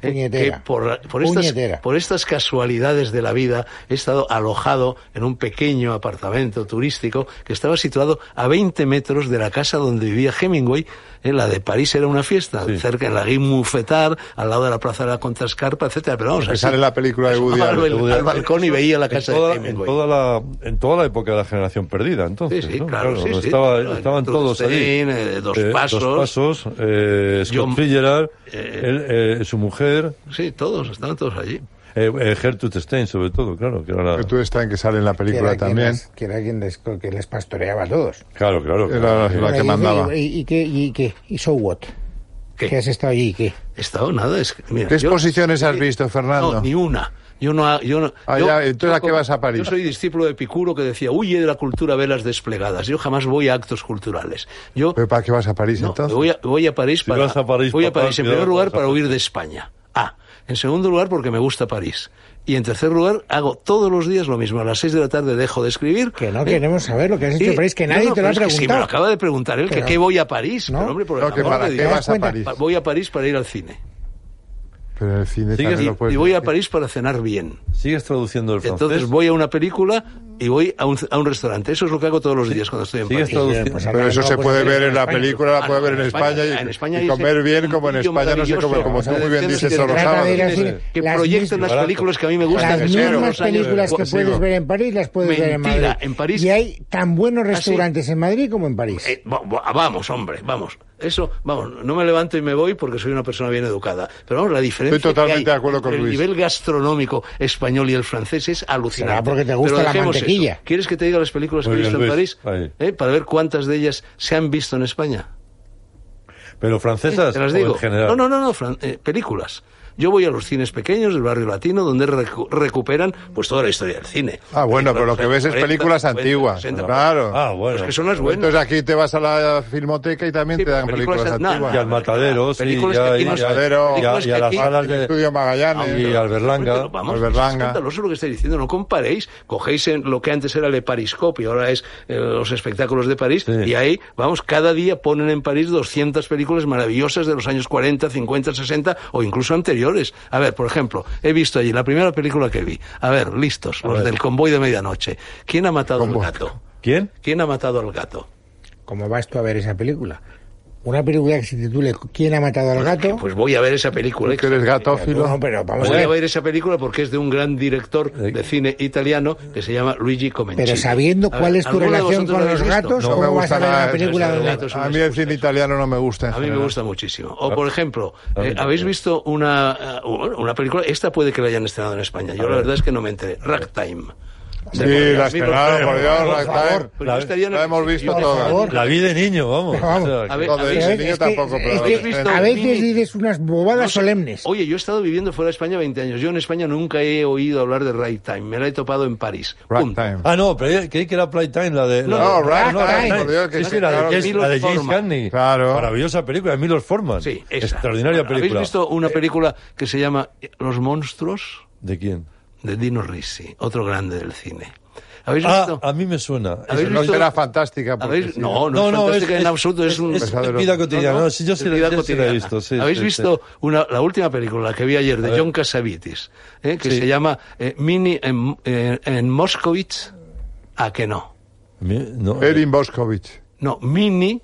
[SPEAKER 2] eh,
[SPEAKER 1] Puñetera.
[SPEAKER 2] que por, por estas,
[SPEAKER 1] Puñetera.
[SPEAKER 2] por estas casualidades de la vida he estado alojado en un pequeño apartamento turístico que estaba situado a 20 metros de la casa donde vivía Hemingway. En la de París era una fiesta,
[SPEAKER 3] Sí.
[SPEAKER 2] cerca en la Guy Mouffetard, al lado de la plaza de la Contrascarpa, etcétera. Pero vamos,
[SPEAKER 4] Que
[SPEAKER 2] así,
[SPEAKER 4] sale en la
[SPEAKER 2] <laughs>
[SPEAKER 4] película de Woody
[SPEAKER 2] asomaba al,
[SPEAKER 4] Allen.
[SPEAKER 2] bel- al balcón y veía la casa
[SPEAKER 3] en toda,
[SPEAKER 2] de
[SPEAKER 3] en
[SPEAKER 2] Hemingway.
[SPEAKER 3] toda la, en toda la época de la generación perdida, entonces.
[SPEAKER 2] Sí, sí,
[SPEAKER 3] ¿no?
[SPEAKER 2] claro, sí,
[SPEAKER 3] no
[SPEAKER 2] sí,
[SPEAKER 3] estaba-
[SPEAKER 2] claro,
[SPEAKER 3] Estaban todos allí.
[SPEAKER 2] Trudstein, eh, Dos Pasos.
[SPEAKER 3] Dos Pasos, eh, Scott
[SPEAKER 2] John-
[SPEAKER 3] Fitzgerald,
[SPEAKER 2] eh,
[SPEAKER 3] él, eh, su mujer,
[SPEAKER 2] Sí, todos, estaban todos allí.
[SPEAKER 3] eh, eh, Gertrude Stein, sobre todo, claro. Que era la-
[SPEAKER 4] Que tú estás en que sale en la
[SPEAKER 1] Que era,
[SPEAKER 4] película
[SPEAKER 1] quien
[SPEAKER 4] también.
[SPEAKER 1] les- que era quien les, que les pastoreaba a todos.
[SPEAKER 3] Claro, claro.
[SPEAKER 4] Era
[SPEAKER 3] claro, que-
[SPEAKER 4] la- que
[SPEAKER 1] Y-
[SPEAKER 4] mandaba.
[SPEAKER 1] ¿Y, y qué? ¿Y qué? ¿Y so what?
[SPEAKER 2] ¿Qué?
[SPEAKER 1] ¿Que has estado allí? y ¿Qué?
[SPEAKER 2] He estado nada. Es, que, mira,
[SPEAKER 4] ¿Qué
[SPEAKER 2] yo-
[SPEAKER 4] exposiciones has visto, Fernando?
[SPEAKER 2] No, ni una. Yo no, ha- yo no-
[SPEAKER 4] Ah,
[SPEAKER 2] yo-
[SPEAKER 4] ya, entonces,
[SPEAKER 2] yo
[SPEAKER 4] ¿a qué
[SPEAKER 2] como-
[SPEAKER 4] vas a París?
[SPEAKER 2] Yo soy discípulo de Epicuro que decía, huye de la cultura velas desplegadas. Yo jamás voy a actos culturales. Yo
[SPEAKER 4] ¿Pero para qué vas a París
[SPEAKER 2] no,
[SPEAKER 4] entonces?
[SPEAKER 2] voy, a, voy a París
[SPEAKER 3] Si
[SPEAKER 2] para
[SPEAKER 3] vas a París,
[SPEAKER 2] voy a
[SPEAKER 3] papá,
[SPEAKER 2] París en
[SPEAKER 3] cuidado,
[SPEAKER 2] primer lugar
[SPEAKER 3] vas a
[SPEAKER 2] para
[SPEAKER 3] París.
[SPEAKER 2] huir de España. A. En segundo lugar porque me gusta París. Y en tercer lugar hago todos los días lo mismo. A las seis de la tarde dejo de escribir.
[SPEAKER 1] Que no
[SPEAKER 2] Eh,
[SPEAKER 1] queremos saber lo que has hecho
[SPEAKER 2] sí.
[SPEAKER 1] en París, que
[SPEAKER 2] No,
[SPEAKER 1] nadie
[SPEAKER 2] no,
[SPEAKER 1] te lo ha
[SPEAKER 2] pero es que
[SPEAKER 1] preguntado.
[SPEAKER 2] Si me lo acaba de preguntar él,
[SPEAKER 1] Pero-
[SPEAKER 2] que qué voy a París.
[SPEAKER 1] ¿No?
[SPEAKER 2] Pero, hombre, por el
[SPEAKER 4] No, que
[SPEAKER 2] amor
[SPEAKER 4] para
[SPEAKER 2] de
[SPEAKER 4] qué
[SPEAKER 2] Dios.
[SPEAKER 4] vas a
[SPEAKER 1] cuenta?
[SPEAKER 4] París.
[SPEAKER 2] Pa- Voy a París para ir al cine.
[SPEAKER 4] Pero pues en el cine
[SPEAKER 3] Sí,
[SPEAKER 4] también
[SPEAKER 3] sí,
[SPEAKER 4] lo puedes
[SPEAKER 2] y voy a
[SPEAKER 4] decir.
[SPEAKER 2] París para cenar bien.
[SPEAKER 3] Sigues traduciendo el francés.
[SPEAKER 2] Entonces voy a una película, y voy a un, a un restaurante. Eso es lo que hago todos los días cuando estoy en
[SPEAKER 3] Sigues
[SPEAKER 2] París.
[SPEAKER 1] España.
[SPEAKER 3] traduciendo.
[SPEAKER 1] Pues
[SPEAKER 4] Pero eso
[SPEAKER 1] no,
[SPEAKER 4] se
[SPEAKER 1] pues
[SPEAKER 4] puede
[SPEAKER 1] en
[SPEAKER 4] ver en la
[SPEAKER 1] España.
[SPEAKER 4] película, la puede ver en España
[SPEAKER 2] en España
[SPEAKER 4] y- y
[SPEAKER 2] dice
[SPEAKER 4] comer bien
[SPEAKER 2] un
[SPEAKER 4] como en
[SPEAKER 2] sitio
[SPEAKER 4] España no se come,
[SPEAKER 2] maravilloso.
[SPEAKER 4] como tú muy bien
[SPEAKER 2] Vamos a
[SPEAKER 4] dices
[SPEAKER 2] ver,
[SPEAKER 4] todos los
[SPEAKER 2] trata
[SPEAKER 4] sábados.
[SPEAKER 1] de ir al
[SPEAKER 4] Sí.
[SPEAKER 1] cine.
[SPEAKER 2] que
[SPEAKER 1] Las
[SPEAKER 2] proyectan
[SPEAKER 1] mismas-
[SPEAKER 2] las películas que a mí me gustan.
[SPEAKER 1] Las
[SPEAKER 2] que son
[SPEAKER 1] mismas
[SPEAKER 2] los años-
[SPEAKER 1] películas que
[SPEAKER 2] Sigo.
[SPEAKER 1] puedes ver en París las puedes ver en Madrid.
[SPEAKER 2] Mentira, en París- ¿Ah,
[SPEAKER 1] Y hay tan buenos
[SPEAKER 2] sí?
[SPEAKER 1] restaurantes en Madrid como en París.
[SPEAKER 2] Eh, va- va- vamos, hombre, vamos. Eso, vamos, no me levanto y me voy porque soy una persona bien educada. Pero vamos, la diferencia
[SPEAKER 4] Estoy totalmente
[SPEAKER 2] que hay
[SPEAKER 4] de acuerdo con
[SPEAKER 2] entre
[SPEAKER 4] Luis.
[SPEAKER 2] el nivel gastronómico español y el francés es alucinante.
[SPEAKER 1] Será porque te gusta
[SPEAKER 2] Pero
[SPEAKER 1] la
[SPEAKER 2] dejemos
[SPEAKER 1] mantequilla.
[SPEAKER 2] eso. ¿Quieres que te diga las películas
[SPEAKER 3] Muy
[SPEAKER 2] que he
[SPEAKER 3] bien,
[SPEAKER 2] visto en
[SPEAKER 3] Luis,
[SPEAKER 2] París?
[SPEAKER 3] ahí.
[SPEAKER 2] ¿Eh? Para ver cuántas de ellas se han visto en España.
[SPEAKER 3] Pero francesas
[SPEAKER 2] Te las
[SPEAKER 3] o
[SPEAKER 2] digo.
[SPEAKER 3] en general.
[SPEAKER 2] No, no, no, no fran- eh, películas. Yo voy a los cines pequeños del barrio latino donde recu- recuperan pues toda la historia del cine.
[SPEAKER 4] Ah, bueno, pero lo que ves es
[SPEAKER 2] 40,
[SPEAKER 4] películas
[SPEAKER 2] 40,
[SPEAKER 4] antiguas,
[SPEAKER 2] 60.
[SPEAKER 4] claro.
[SPEAKER 3] Ah, bueno.
[SPEAKER 2] Pues que son las buenas.
[SPEAKER 4] Entonces aquí te vas a la filmoteca y también
[SPEAKER 2] Sí,
[SPEAKER 4] te dan
[SPEAKER 2] películas
[SPEAKER 4] películas
[SPEAKER 2] an- no,
[SPEAKER 4] antiguas.
[SPEAKER 3] Y al matadero, sí,
[SPEAKER 2] Películas
[SPEAKER 3] ya-
[SPEAKER 2] que
[SPEAKER 3] y
[SPEAKER 2] aquí-
[SPEAKER 3] ya-
[SPEAKER 4] Matadero,
[SPEAKER 3] ya- y a las
[SPEAKER 2] películas que aquí-
[SPEAKER 3] salas de...
[SPEAKER 4] Estudio Magallanes.
[SPEAKER 3] Y Alberlanga.
[SPEAKER 2] Pero Vamos,
[SPEAKER 4] Alberlanga.
[SPEAKER 2] es escandaloso lo que estáis diciendo. No comparéis. Cogéis en lo que antes era Le Pariscope y ahora es eh, los espectáculos de París.
[SPEAKER 3] Sí.
[SPEAKER 2] Y ahí, vamos, cada día ponen en París 200 películas maravillosas de los años 40, 50, 60 o incluso anteriores. A ver, por ejemplo, he visto allí la primera película que vi. A ver, listos, los
[SPEAKER 3] ver.
[SPEAKER 2] del convoy de medianoche. ¿Quién ha matado
[SPEAKER 4] Convoy.
[SPEAKER 2] al gato?
[SPEAKER 3] ¿Quién?
[SPEAKER 2] ¿Quién ha matado al gato?
[SPEAKER 1] ¿Cómo vas tú a ver esa película? Una película que se titule ¿Quién ha matado al gato?
[SPEAKER 2] Pues voy a ver esa película.
[SPEAKER 4] Que eres gatófilo.
[SPEAKER 1] No, pero vamos a
[SPEAKER 2] Voy a
[SPEAKER 1] ver.
[SPEAKER 2] ver esa película porque es de un gran director de cine italiano que se llama Luigi Comencini.
[SPEAKER 1] Pero sabiendo
[SPEAKER 2] A ver,
[SPEAKER 1] cuál es tu
[SPEAKER 2] ¿alguno de
[SPEAKER 1] relación
[SPEAKER 2] vosotros
[SPEAKER 1] con
[SPEAKER 2] la
[SPEAKER 1] los
[SPEAKER 2] habéis visto?
[SPEAKER 1] gatos,
[SPEAKER 4] No me
[SPEAKER 1] ¿cómo vas
[SPEAKER 4] gusta
[SPEAKER 1] a ver
[SPEAKER 4] nada eh,
[SPEAKER 1] una película
[SPEAKER 2] eso,
[SPEAKER 1] de un
[SPEAKER 2] eso,
[SPEAKER 1] gato?
[SPEAKER 2] gatos,
[SPEAKER 4] A
[SPEAKER 2] unas
[SPEAKER 4] mí el cine
[SPEAKER 2] excusas.
[SPEAKER 4] italiano no me gusta. en
[SPEAKER 2] A mí me
[SPEAKER 4] general.
[SPEAKER 2] gusta muchísimo.
[SPEAKER 1] Ah.
[SPEAKER 2] O, por ejemplo,
[SPEAKER 3] A mí
[SPEAKER 2] eh,
[SPEAKER 3] también.
[SPEAKER 2] ¿habéis visto una, eh, una película? Esta puede que la hayan estrenado en España. Yo la verdad es que no me enteré. Ragtime.
[SPEAKER 4] Sí, la estrenaron, por Dios,
[SPEAKER 3] por
[SPEAKER 4] Ragtime.
[SPEAKER 3] favor.
[SPEAKER 2] Pues
[SPEAKER 3] La-
[SPEAKER 2] yo estaría en
[SPEAKER 4] la hemos visto
[SPEAKER 2] yo-
[SPEAKER 4] todas.
[SPEAKER 1] favor.
[SPEAKER 3] La vi de niño, vamos.
[SPEAKER 1] Pero vamos.
[SPEAKER 3] O sea,
[SPEAKER 2] A ver,
[SPEAKER 4] Joder,
[SPEAKER 2] ¿habéis-
[SPEAKER 4] ese niño
[SPEAKER 1] es que-
[SPEAKER 4] tampoco, pero
[SPEAKER 1] es
[SPEAKER 2] ¿habéis
[SPEAKER 4] adolescente.
[SPEAKER 2] visto
[SPEAKER 1] A veces
[SPEAKER 2] Mini?
[SPEAKER 1] dices unas bobadas
[SPEAKER 2] No sé.
[SPEAKER 1] solemnes.
[SPEAKER 2] Oye, yo he estado viviendo fuera de España 20 años. Yo en España nunca he oído hablar de Ragtime. Me la he topado en París. Punto.
[SPEAKER 4] Ragtime.
[SPEAKER 3] Ah, no, pero yo creí que era Playtime, la de... la-
[SPEAKER 4] No,
[SPEAKER 3] la-
[SPEAKER 4] Ragtime,
[SPEAKER 1] por
[SPEAKER 4] Dios, que
[SPEAKER 3] Sí,
[SPEAKER 4] sí,
[SPEAKER 3] sí, la de
[SPEAKER 4] claro.
[SPEAKER 3] James- la de
[SPEAKER 2] Milos
[SPEAKER 3] James
[SPEAKER 2] Forman.
[SPEAKER 3] Cagney.
[SPEAKER 4] Claro.
[SPEAKER 3] Maravillosa película de Milos Forman.
[SPEAKER 2] Sí, esa.
[SPEAKER 3] Extraordinaria
[SPEAKER 2] Bueno,
[SPEAKER 3] película.
[SPEAKER 2] ¿Habéis visto
[SPEAKER 1] Eh.
[SPEAKER 2] una película que se llama Los monstruos?
[SPEAKER 3] ¿De quién?
[SPEAKER 2] De Dino Risi, otro grande del cine. ¿Habéis
[SPEAKER 3] Ah, pues
[SPEAKER 2] visto?
[SPEAKER 3] a mí me suena.
[SPEAKER 2] ¿Habéis
[SPEAKER 4] No
[SPEAKER 2] visto-
[SPEAKER 4] será fantástica. porque
[SPEAKER 2] ¿Habéis-
[SPEAKER 4] sí.
[SPEAKER 2] No, no, es fantástica en absoluto. Es, un
[SPEAKER 3] es,
[SPEAKER 4] Pesado de
[SPEAKER 3] vida
[SPEAKER 4] loco.
[SPEAKER 3] cotidiana.
[SPEAKER 2] No, no,
[SPEAKER 3] No, sí, yo sí,
[SPEAKER 2] es
[SPEAKER 3] la-
[SPEAKER 2] vida
[SPEAKER 3] yo sí la he
[SPEAKER 2] cotidiana.
[SPEAKER 3] visto. sí,
[SPEAKER 2] Habéis
[SPEAKER 3] sí, sí.
[SPEAKER 2] visto Una, la última película que vi ayer de John Cassavetes, eh, que se llama eh, Mini en, eh, en Moscovich. ¿A que no?
[SPEAKER 3] Mi- No, eh,
[SPEAKER 4] Erin Boscovich.
[SPEAKER 2] No, Mini,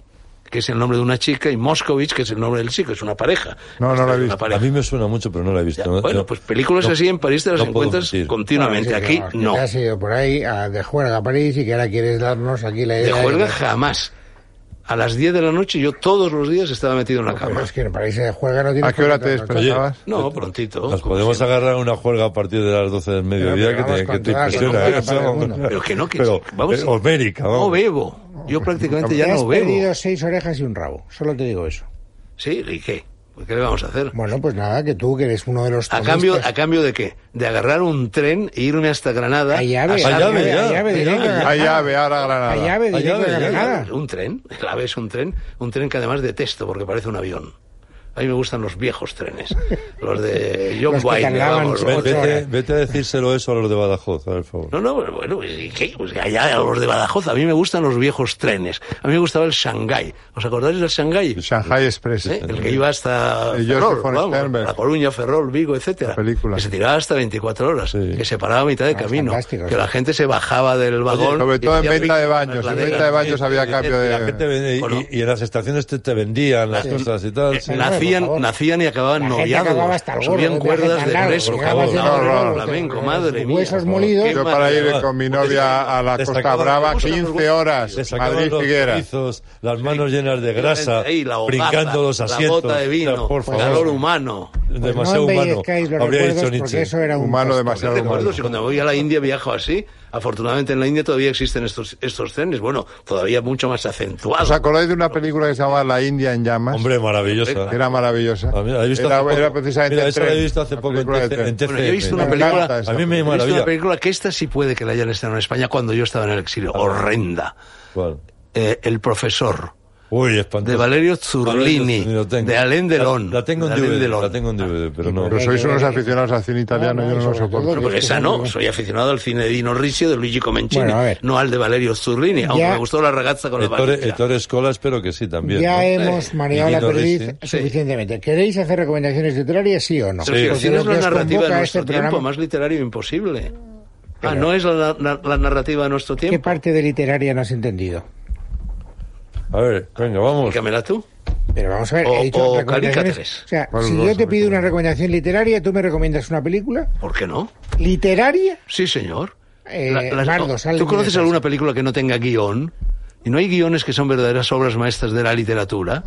[SPEAKER 2] que es el nombre de una chica, y Moscovich, que es el nombre del chico, es una pareja.
[SPEAKER 4] No, no la he
[SPEAKER 2] Es una
[SPEAKER 4] visto.
[SPEAKER 2] pareja.
[SPEAKER 3] a mí me suena mucho, pero no la he visto. ¿eh?
[SPEAKER 2] Ya,
[SPEAKER 3] no,
[SPEAKER 2] bueno,
[SPEAKER 3] no.
[SPEAKER 2] pues películas
[SPEAKER 3] No,
[SPEAKER 2] así en París te las
[SPEAKER 3] no puedo
[SPEAKER 2] encuentamente
[SPEAKER 3] mentir. Ah,
[SPEAKER 2] continuamente.
[SPEAKER 1] Bueno, sí,
[SPEAKER 2] Aquí
[SPEAKER 1] que
[SPEAKER 2] no.
[SPEAKER 1] Te has ido por ahí a, de juerga a París y que ahora quieres darnos aquí la idea.
[SPEAKER 2] De
[SPEAKER 1] que-
[SPEAKER 2] juerga jamás. A las 10 de la noche yo todos los días estaba metido en la
[SPEAKER 1] Pero
[SPEAKER 2] cama.
[SPEAKER 1] es que en París de juerga no tienes
[SPEAKER 4] ¿A qué hora
[SPEAKER 1] por
[SPEAKER 4] te
[SPEAKER 1] tanto, ¿no?
[SPEAKER 4] despertabas?
[SPEAKER 2] No, prontito.
[SPEAKER 3] Nos
[SPEAKER 2] como
[SPEAKER 3] podemos
[SPEAKER 2] siempre.
[SPEAKER 3] agarrar una juerga a partir de las 12 del mediodía
[SPEAKER 1] pero
[SPEAKER 3] que
[SPEAKER 1] vamos
[SPEAKER 3] te, que
[SPEAKER 1] con
[SPEAKER 3] te
[SPEAKER 1] toda la
[SPEAKER 3] impresiona.
[SPEAKER 1] confianza
[SPEAKER 3] ¿eh?
[SPEAKER 1] del
[SPEAKER 3] Vamos,
[SPEAKER 1] mundo.
[SPEAKER 2] Pero que no, que
[SPEAKER 3] pero,
[SPEAKER 2] vamos
[SPEAKER 3] eh,
[SPEAKER 2] a-
[SPEAKER 3] homérica, vamos.
[SPEAKER 2] No bebo. Yo prácticamente ya
[SPEAKER 1] Te has
[SPEAKER 2] no bebo.
[SPEAKER 1] perdido seis orejas y un rabo. Solo te digo eso.
[SPEAKER 2] Sí, ¿y qué? Pues, ¿Qué le vamos a hacer?
[SPEAKER 1] Bueno, este- pues nada, que tú que eres uno de los
[SPEAKER 2] A cambio,
[SPEAKER 1] tomistas-
[SPEAKER 2] ¿A cambio de qué? De agarrar un tren e irme hasta Granada.
[SPEAKER 1] Hay llave,
[SPEAKER 2] hasta-
[SPEAKER 3] hay llave, ya.
[SPEAKER 1] hay llave,
[SPEAKER 2] Hay
[SPEAKER 1] directa,
[SPEAKER 2] llave.
[SPEAKER 1] Granada.
[SPEAKER 4] Hay ave, ahora Granada.
[SPEAKER 1] Hay llave,
[SPEAKER 3] Hay
[SPEAKER 1] directa
[SPEAKER 3] llave,
[SPEAKER 1] a
[SPEAKER 3] hay
[SPEAKER 1] Granada.
[SPEAKER 2] Un tren, la ave es un tren, un tren que además detesto porque parece un avión. A mí me gustan los viejos trenes, los de John
[SPEAKER 1] Los que
[SPEAKER 2] Wayne.
[SPEAKER 1] tardaban
[SPEAKER 2] vamos,
[SPEAKER 1] ocho
[SPEAKER 3] Ve-
[SPEAKER 2] los-
[SPEAKER 3] Vete,
[SPEAKER 1] horas.
[SPEAKER 3] vete a decírselo eso a los de Badajoz, a ver, por favor.
[SPEAKER 2] No, no, bueno, ¿y qué? Pues allá los de Badajoz, a mí me gustan los viejos trenes. A mí me gustaba el Shanghái. ¿Os acordáis del Shanghái?
[SPEAKER 4] Shanghai Express.
[SPEAKER 2] ¿Eh? El que iba hasta
[SPEAKER 4] El
[SPEAKER 2] Ferrol,
[SPEAKER 4] Joseph von
[SPEAKER 2] vamos,
[SPEAKER 4] Sternberg.
[SPEAKER 2] La Coruña, Ferrol, Vigo, etcétera.
[SPEAKER 4] La película.
[SPEAKER 2] Que se tiraba hasta 24 horas,
[SPEAKER 3] Sí.
[SPEAKER 2] que se paraba a mitad de
[SPEAKER 1] Ah,
[SPEAKER 2] camino,
[SPEAKER 1] fantástico,
[SPEAKER 2] que
[SPEAKER 1] sí.
[SPEAKER 2] la gente se bajaba del vagón.
[SPEAKER 4] sobre
[SPEAKER 2] y
[SPEAKER 4] todo en
[SPEAKER 2] hacía
[SPEAKER 4] venta de baños,
[SPEAKER 2] la
[SPEAKER 4] en
[SPEAKER 2] de-
[SPEAKER 4] venta de baños había cambio de-
[SPEAKER 2] la
[SPEAKER 3] Que
[SPEAKER 4] <laughs>
[SPEAKER 3] te ven- y-
[SPEAKER 2] Bueno.
[SPEAKER 3] y, y en las estaciones te, te vendían las cosas y tal.
[SPEAKER 2] Eh,
[SPEAKER 3] sí.
[SPEAKER 1] por
[SPEAKER 2] nacían,
[SPEAKER 1] favor.
[SPEAKER 2] nacían y acababan
[SPEAKER 1] La gente
[SPEAKER 2] noviados.
[SPEAKER 1] acababa hasta el gorro,
[SPEAKER 2] Subían
[SPEAKER 1] un viaje
[SPEAKER 2] cuerdas
[SPEAKER 1] tan
[SPEAKER 2] de
[SPEAKER 1] largo,
[SPEAKER 2] preso,
[SPEAKER 1] llegabas
[SPEAKER 2] cabrón,
[SPEAKER 1] en
[SPEAKER 4] el
[SPEAKER 2] ahora
[SPEAKER 4] horror,
[SPEAKER 2] el flamenco,
[SPEAKER 1] con
[SPEAKER 2] madre
[SPEAKER 1] los
[SPEAKER 2] mía.
[SPEAKER 1] huesos molidos.
[SPEAKER 2] Qué
[SPEAKER 4] Yo para
[SPEAKER 2] maravilla.
[SPEAKER 4] ir con mi novia a la Costa
[SPEAKER 3] Destacaban-
[SPEAKER 4] Brava,
[SPEAKER 2] Vamos a los
[SPEAKER 4] 15
[SPEAKER 2] grupos.
[SPEAKER 4] horas,
[SPEAKER 3] Se sacaban
[SPEAKER 4] Madrid
[SPEAKER 3] los
[SPEAKER 4] Figuera.
[SPEAKER 3] chorizos, las manos llenas de grasa,
[SPEAKER 2] Ahí, la hogaza,
[SPEAKER 3] brincando los asientos.
[SPEAKER 2] La bota de vino,
[SPEAKER 3] O sea, por favor,
[SPEAKER 2] calor humano.
[SPEAKER 1] Pues
[SPEAKER 3] demasiado
[SPEAKER 1] no
[SPEAKER 3] humano.
[SPEAKER 1] embellezcáis los
[SPEAKER 3] Habría dicho
[SPEAKER 1] recuerdos
[SPEAKER 3] Nietzsche.
[SPEAKER 1] porque eso era un
[SPEAKER 4] Humano
[SPEAKER 1] costo.
[SPEAKER 4] demasiado
[SPEAKER 2] Yo recuerdo
[SPEAKER 4] humano.
[SPEAKER 2] si cuando voy a la India viajo así. Afortunadamente en la India todavía existen estos, estos trenes. Bueno, todavía mucho más acentuados.
[SPEAKER 4] ¿Os acordáis de una película que se llamaba La India en llamas?
[SPEAKER 3] Hombre, maravillosa.
[SPEAKER 4] Que era maravillosa.
[SPEAKER 3] A mí- Ah, la he visto
[SPEAKER 4] era,
[SPEAKER 3] hace poco.
[SPEAKER 4] era precisamente
[SPEAKER 3] Mira, esa la he
[SPEAKER 4] tren,
[SPEAKER 3] visto hace
[SPEAKER 4] la
[SPEAKER 3] poco en,
[SPEAKER 4] película de
[SPEAKER 3] TC
[SPEAKER 4] tren.
[SPEAKER 3] en TCM.
[SPEAKER 2] Bueno, yo he visto una
[SPEAKER 4] Me
[SPEAKER 2] película.
[SPEAKER 4] encanta esa
[SPEAKER 3] A mí me
[SPEAKER 2] he visto
[SPEAKER 3] maravilla.
[SPEAKER 2] una película que esta sí puede que la hayan estrenado en España cuando yo estaba en el exilio. Horrenda.
[SPEAKER 3] ¿Cuál?
[SPEAKER 2] Eh, el profesor.
[SPEAKER 3] Uy, espantoso.
[SPEAKER 2] De Valerio Zurlini,
[SPEAKER 3] Zurlini, lo tengo.
[SPEAKER 2] de Alain Delon,
[SPEAKER 3] La, la tengo en
[SPEAKER 2] de Alain
[SPEAKER 3] DVD,
[SPEAKER 2] Delon.
[SPEAKER 3] la tengo en DVD, pero no.
[SPEAKER 4] Pero sois unos aficionados al cine italiano,
[SPEAKER 2] Ah,
[SPEAKER 1] No, no,
[SPEAKER 4] yo no lo
[SPEAKER 1] sobre todo
[SPEAKER 4] soporto.
[SPEAKER 2] Bueno, pues esa no, soy aficionado al cine de Dino Riccio, de Luigi Comencini,
[SPEAKER 1] Bueno, a ver.
[SPEAKER 2] no al de Valerio Zurlini, aunque
[SPEAKER 1] Ya.
[SPEAKER 2] me gustó la ragazza con la
[SPEAKER 3] Ettore,
[SPEAKER 2] varilla.
[SPEAKER 3] Ettore Scola espero que sí también.
[SPEAKER 1] Ya
[SPEAKER 3] ¿no?
[SPEAKER 1] hemos
[SPEAKER 2] Sí.
[SPEAKER 1] mareado la
[SPEAKER 3] Divino
[SPEAKER 1] perdiz
[SPEAKER 3] Disney.
[SPEAKER 2] Sí.
[SPEAKER 1] suficientemente. ¿Queréis hacer recomendaciones literarias, sí o no?
[SPEAKER 2] Pero si el
[SPEAKER 1] Porque
[SPEAKER 2] cine
[SPEAKER 1] lo
[SPEAKER 2] es la
[SPEAKER 1] que os
[SPEAKER 2] narrativa
[SPEAKER 1] convoca
[SPEAKER 2] de
[SPEAKER 1] a
[SPEAKER 2] nuestro
[SPEAKER 1] este
[SPEAKER 2] tiempo,
[SPEAKER 1] programa-
[SPEAKER 2] más literario imposible. Ah, no es la, la- la narrativa de nuestro
[SPEAKER 1] ¿Qué
[SPEAKER 2] tiempo.
[SPEAKER 1] parte de literaria no has entendido?
[SPEAKER 3] A ver, venga, vamos.
[SPEAKER 2] Dígamela tú.
[SPEAKER 1] pero vamos a ver,
[SPEAKER 2] O-
[SPEAKER 1] he dicho
[SPEAKER 2] o
[SPEAKER 1] recomendaciones.
[SPEAKER 2] caricaturas.
[SPEAKER 1] O sea,
[SPEAKER 4] Bueno,
[SPEAKER 1] si
[SPEAKER 4] no,
[SPEAKER 1] yo te
[SPEAKER 4] sobre
[SPEAKER 1] pido
[SPEAKER 4] todo.
[SPEAKER 1] una recomendación literaria, tú me recomiendas una película
[SPEAKER 2] ¿Por qué no?
[SPEAKER 1] literaria.
[SPEAKER 2] Sí, señor.
[SPEAKER 1] Eh, Bardo,
[SPEAKER 2] oh,
[SPEAKER 1] sal de
[SPEAKER 2] ¿Tú
[SPEAKER 1] mi
[SPEAKER 2] conoces
[SPEAKER 1] despacho.
[SPEAKER 2] alguna película que no tenga guión? Y no hay guiones que son verdaderas obras maestras de la literatura.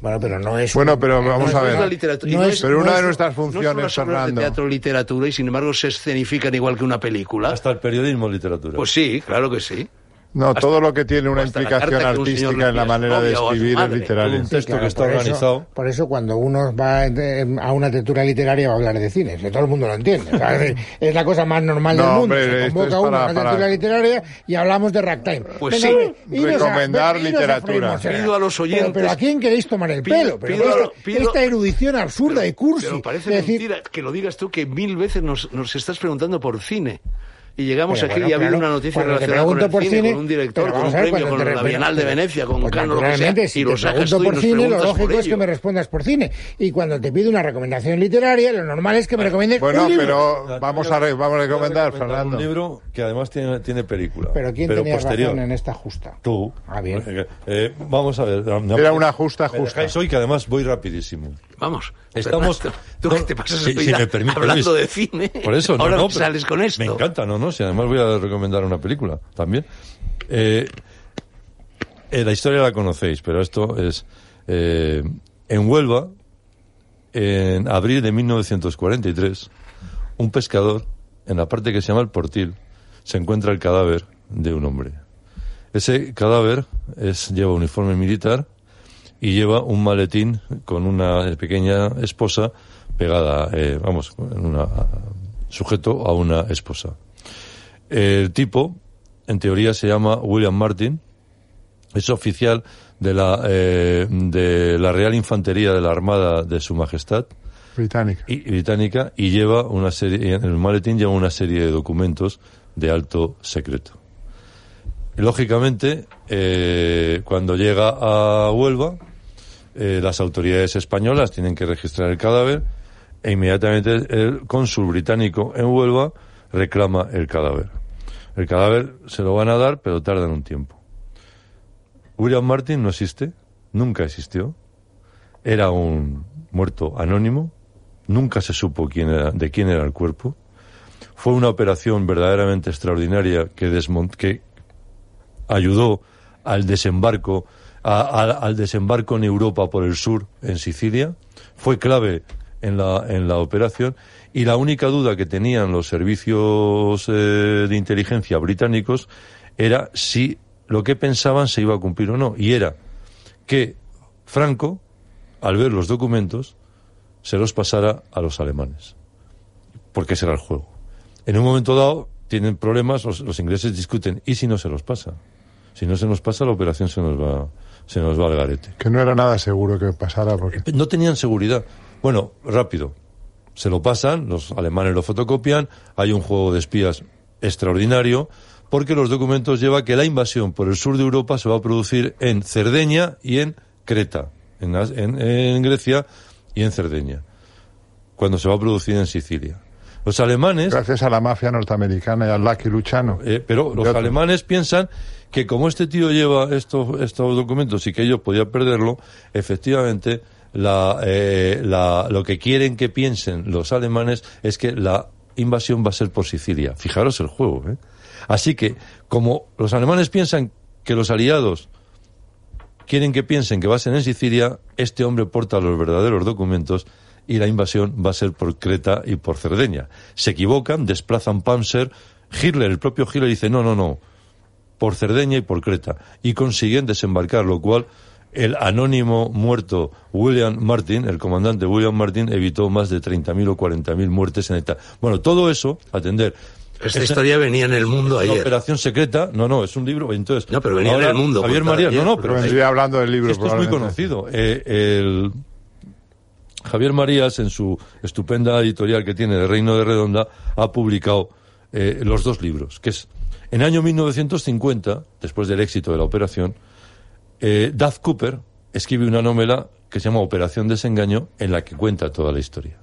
[SPEAKER 1] Bueno, pero no es.
[SPEAKER 4] Bueno, pero vamos
[SPEAKER 1] no,
[SPEAKER 4] a
[SPEAKER 1] no,
[SPEAKER 2] Es la
[SPEAKER 4] ver.
[SPEAKER 2] literatura- y
[SPEAKER 1] no
[SPEAKER 2] no
[SPEAKER 1] es-
[SPEAKER 2] es-
[SPEAKER 4] Pero
[SPEAKER 1] no
[SPEAKER 4] una
[SPEAKER 1] es-
[SPEAKER 4] de
[SPEAKER 2] No
[SPEAKER 4] nuestras
[SPEAKER 2] son
[SPEAKER 4] funciones,
[SPEAKER 2] las obras de
[SPEAKER 4] Fernando.
[SPEAKER 2] teatro literatura y sin embargo se escenifican igual que una película.
[SPEAKER 3] Hasta el periodismo literatura.
[SPEAKER 2] Pues sí, claro que sí.
[SPEAKER 4] No, todo lo que tiene una
[SPEAKER 2] hasta la carta
[SPEAKER 4] implicación
[SPEAKER 2] que un señor
[SPEAKER 4] artística
[SPEAKER 2] le
[SPEAKER 4] en
[SPEAKER 2] envía
[SPEAKER 4] la
[SPEAKER 2] a su
[SPEAKER 4] manera de
[SPEAKER 2] novia o a su
[SPEAKER 4] escribir es
[SPEAKER 2] madre.
[SPEAKER 4] literaria.
[SPEAKER 3] Un texto que está
[SPEAKER 1] por eso-
[SPEAKER 3] organizado.
[SPEAKER 1] por eso cuando uno va eh, a una tertulia literaria va a hablar de cine, que todo el mundo lo entiende. o
[SPEAKER 3] <laughs>
[SPEAKER 1] sea, es, es la cosa más normal
[SPEAKER 4] No,
[SPEAKER 1] del mundo.
[SPEAKER 4] hombre,
[SPEAKER 1] Se
[SPEAKER 4] esto
[SPEAKER 1] convoca
[SPEAKER 4] es
[SPEAKER 1] uno a
[SPEAKER 4] para-
[SPEAKER 1] una
[SPEAKER 4] para-
[SPEAKER 1] tertulia literaria y hablamos de ragtime.
[SPEAKER 2] Pues
[SPEAKER 1] Venga,
[SPEAKER 2] sí.
[SPEAKER 1] hombre, iros a-
[SPEAKER 4] Recomendar
[SPEAKER 1] venga, iros a
[SPEAKER 4] literatura.
[SPEAKER 1] Freymont, o sea,
[SPEAKER 2] Pido a los
[SPEAKER 1] eh. pero-
[SPEAKER 2] oyentes-
[SPEAKER 1] Pero, ¿a quién queréis tomar el
[SPEAKER 2] Pido-
[SPEAKER 1] pelo? Pero
[SPEAKER 2] pido a
[SPEAKER 1] esta,
[SPEAKER 2] lo- pido-
[SPEAKER 1] esta erudición absurda y cursi.
[SPEAKER 2] Pero parece
[SPEAKER 1] de decir,
[SPEAKER 2] mentira que lo digas tú que mil veces nos, nos estás preguntando por cine. Y llegamos
[SPEAKER 1] Pero
[SPEAKER 2] aquí
[SPEAKER 1] bueno,
[SPEAKER 2] y ha habido
[SPEAKER 1] claro,
[SPEAKER 2] una noticia
[SPEAKER 1] cuando te
[SPEAKER 2] relacionada con el
[SPEAKER 1] pregunto por
[SPEAKER 2] cine,
[SPEAKER 1] cine,
[SPEAKER 2] con un
[SPEAKER 1] pero
[SPEAKER 2] director, con
[SPEAKER 1] vamos
[SPEAKER 2] un
[SPEAKER 1] a ver,
[SPEAKER 2] premio,
[SPEAKER 1] cuando te
[SPEAKER 2] con la
[SPEAKER 1] pregunto-
[SPEAKER 2] Bienal de Venecia, con un
[SPEAKER 1] Pues,
[SPEAKER 2] Cano, lo que sea,
[SPEAKER 1] naturalmente, si
[SPEAKER 2] y lo
[SPEAKER 1] te
[SPEAKER 2] sacas
[SPEAKER 1] pregunto
[SPEAKER 2] tú y
[SPEAKER 1] por
[SPEAKER 2] nos
[SPEAKER 1] cine, lo
[SPEAKER 2] preguntas por
[SPEAKER 1] lógico es que
[SPEAKER 2] ello.
[SPEAKER 1] me respondas por cine. Y cuando te pido una recomendación literaria, lo normal es que me recomiendes
[SPEAKER 4] Bueno,
[SPEAKER 1] un libro.
[SPEAKER 4] pero vamos a, re- vamos a recomendar,
[SPEAKER 3] Voy a
[SPEAKER 4] Fernando.
[SPEAKER 3] Un libro que además tiene, tiene película.
[SPEAKER 1] Pero ¿quién tenía
[SPEAKER 3] posterior.
[SPEAKER 1] razón en esta justa?
[SPEAKER 3] Tú.
[SPEAKER 1] Ah, bien.
[SPEAKER 3] Eh, eh, vamos a ver.
[SPEAKER 4] Era una justa,
[SPEAKER 3] Me
[SPEAKER 4] justa.
[SPEAKER 3] dejáis hoy que además voy rapidísimo.
[SPEAKER 2] Vamos.
[SPEAKER 3] Estamos-
[SPEAKER 2] Fernando, ¿Tú
[SPEAKER 3] no,
[SPEAKER 2] qué te pasas
[SPEAKER 3] si-
[SPEAKER 2] el
[SPEAKER 3] si
[SPEAKER 2] día
[SPEAKER 3] me permite,
[SPEAKER 2] hablando
[SPEAKER 3] Luis.
[SPEAKER 2] de cine? <laughs>
[SPEAKER 3] Por eso, no,
[SPEAKER 2] Ahora
[SPEAKER 3] no,
[SPEAKER 2] me
[SPEAKER 3] pero
[SPEAKER 2] sales con esto.
[SPEAKER 3] Me encanta, no, no. Si además voy a recomendar una película también. Eh, eh, la historia la conocéis, pero esto es. eh, en Huelva, en abril de 1943, un pescador, en la parte que se llama el portil, se encuentra el cadáver de un hombre. Ese cadáver es, lleva uniforme militar y lleva un maletín con una pequeña esposa pegada, eh, vamos, en una, sujeto a una esposa. El tipo, en teoría, se llama William Martin, es oficial de la, eh, de la Real Infantería de la Armada de Su Majestad
[SPEAKER 4] Británica.
[SPEAKER 3] y, británica y lleva una serie, y en el maletín lleva una serie de documentos de alto secreto. Lógicamente, eh, cuando llega a Huelva, eh, las autoridades españolas tienen que registrar el cadáver e inmediatamente el cónsul británico en Huelva reclama el cadáver. El cadáver se lo van a dar, pero tardan un tiempo. William Martin no existe, nunca existió. Era un muerto anónimo, nunca se supo quién era- de quién era el cuerpo. Fue una operación verdaderamente extraordinaria que, desmon- que ayudó al desembarco a- a- al desembarco en Europa por el sur en Sicilia fue clave en la, en la operación y la única duda que tenían los servicios eh, de inteligencia británicos era si lo que pensaban se iba a cumplir o no y era que Franco al ver los documentos se los pasara a los alemanes porque será el juego en un momento dado tienen problemas los, los ingleses discuten y si no se los pasa si no se nos pasa, la operación se nos va, se nos va al garete.
[SPEAKER 4] Que no era nada seguro que pasara porque...
[SPEAKER 3] eh, No tenían seguridad. Bueno, rápido. Se lo pasan, los alemanes lo fotocopian, hay un juego de espías extraordinario, porque los documentos lleva que la invasión por el sur de Europa se va a producir en Cerdeña y en Creta, en, las- en- en Grecia y en Cerdeña, cuando se va a producir en Sicilia. Los alemanes
[SPEAKER 4] Gracias a la mafia norteamericana y al Lucky Luchano.
[SPEAKER 3] Eh, pero los
[SPEAKER 4] Ya te-
[SPEAKER 3] alemanes piensan que como este tío lleva estos, estos documentos y que ellos podían perderlo, efectivamente la, eh, la- lo que quieren que piensen los alemanes es que la invasión va a ser por Sicilia. Fijaros el juego. ¿eh? Así que como los alemanes piensan que los aliados quieren que piensen que va a ser en Sicilia, este hombre porta los verdaderos documentos y la invasión va a ser por Creta y por Cerdeña. Se equivocan, desplazan Panzer, Hitler, el propio Hitler dice, no, no, no, por Cerdeña y por Creta, y consiguen desembarcar, lo cual el anónimo muerto William Martin, el comandante William Martin, evitó más de 30.000 o 40.000 muertes en esta. Bueno, todo eso, atender.
[SPEAKER 2] Esta historia venía en el mundo
[SPEAKER 3] La
[SPEAKER 2] ayer.
[SPEAKER 3] operación secreta, no, no, es un libro, entonces...
[SPEAKER 2] No, pero venía en
[SPEAKER 3] ahora,
[SPEAKER 2] el mundo,
[SPEAKER 3] Javier
[SPEAKER 2] contada
[SPEAKER 3] María,
[SPEAKER 2] ayer,
[SPEAKER 3] no, no,
[SPEAKER 2] pero
[SPEAKER 3] pero...
[SPEAKER 4] vendría hablando del libro.
[SPEAKER 3] Esto es muy
[SPEAKER 4] probablemente.
[SPEAKER 3] conocido. Eh, el- Javier Marías, en su estupenda editorial que tiene de Reino de Redonda, ha publicado eh, los dos libros, que es, en año 1950, después del éxito de la operación, eh, Duff Cooper escribe una novela que se llama Operación Desengaño, en la que cuenta toda la historia.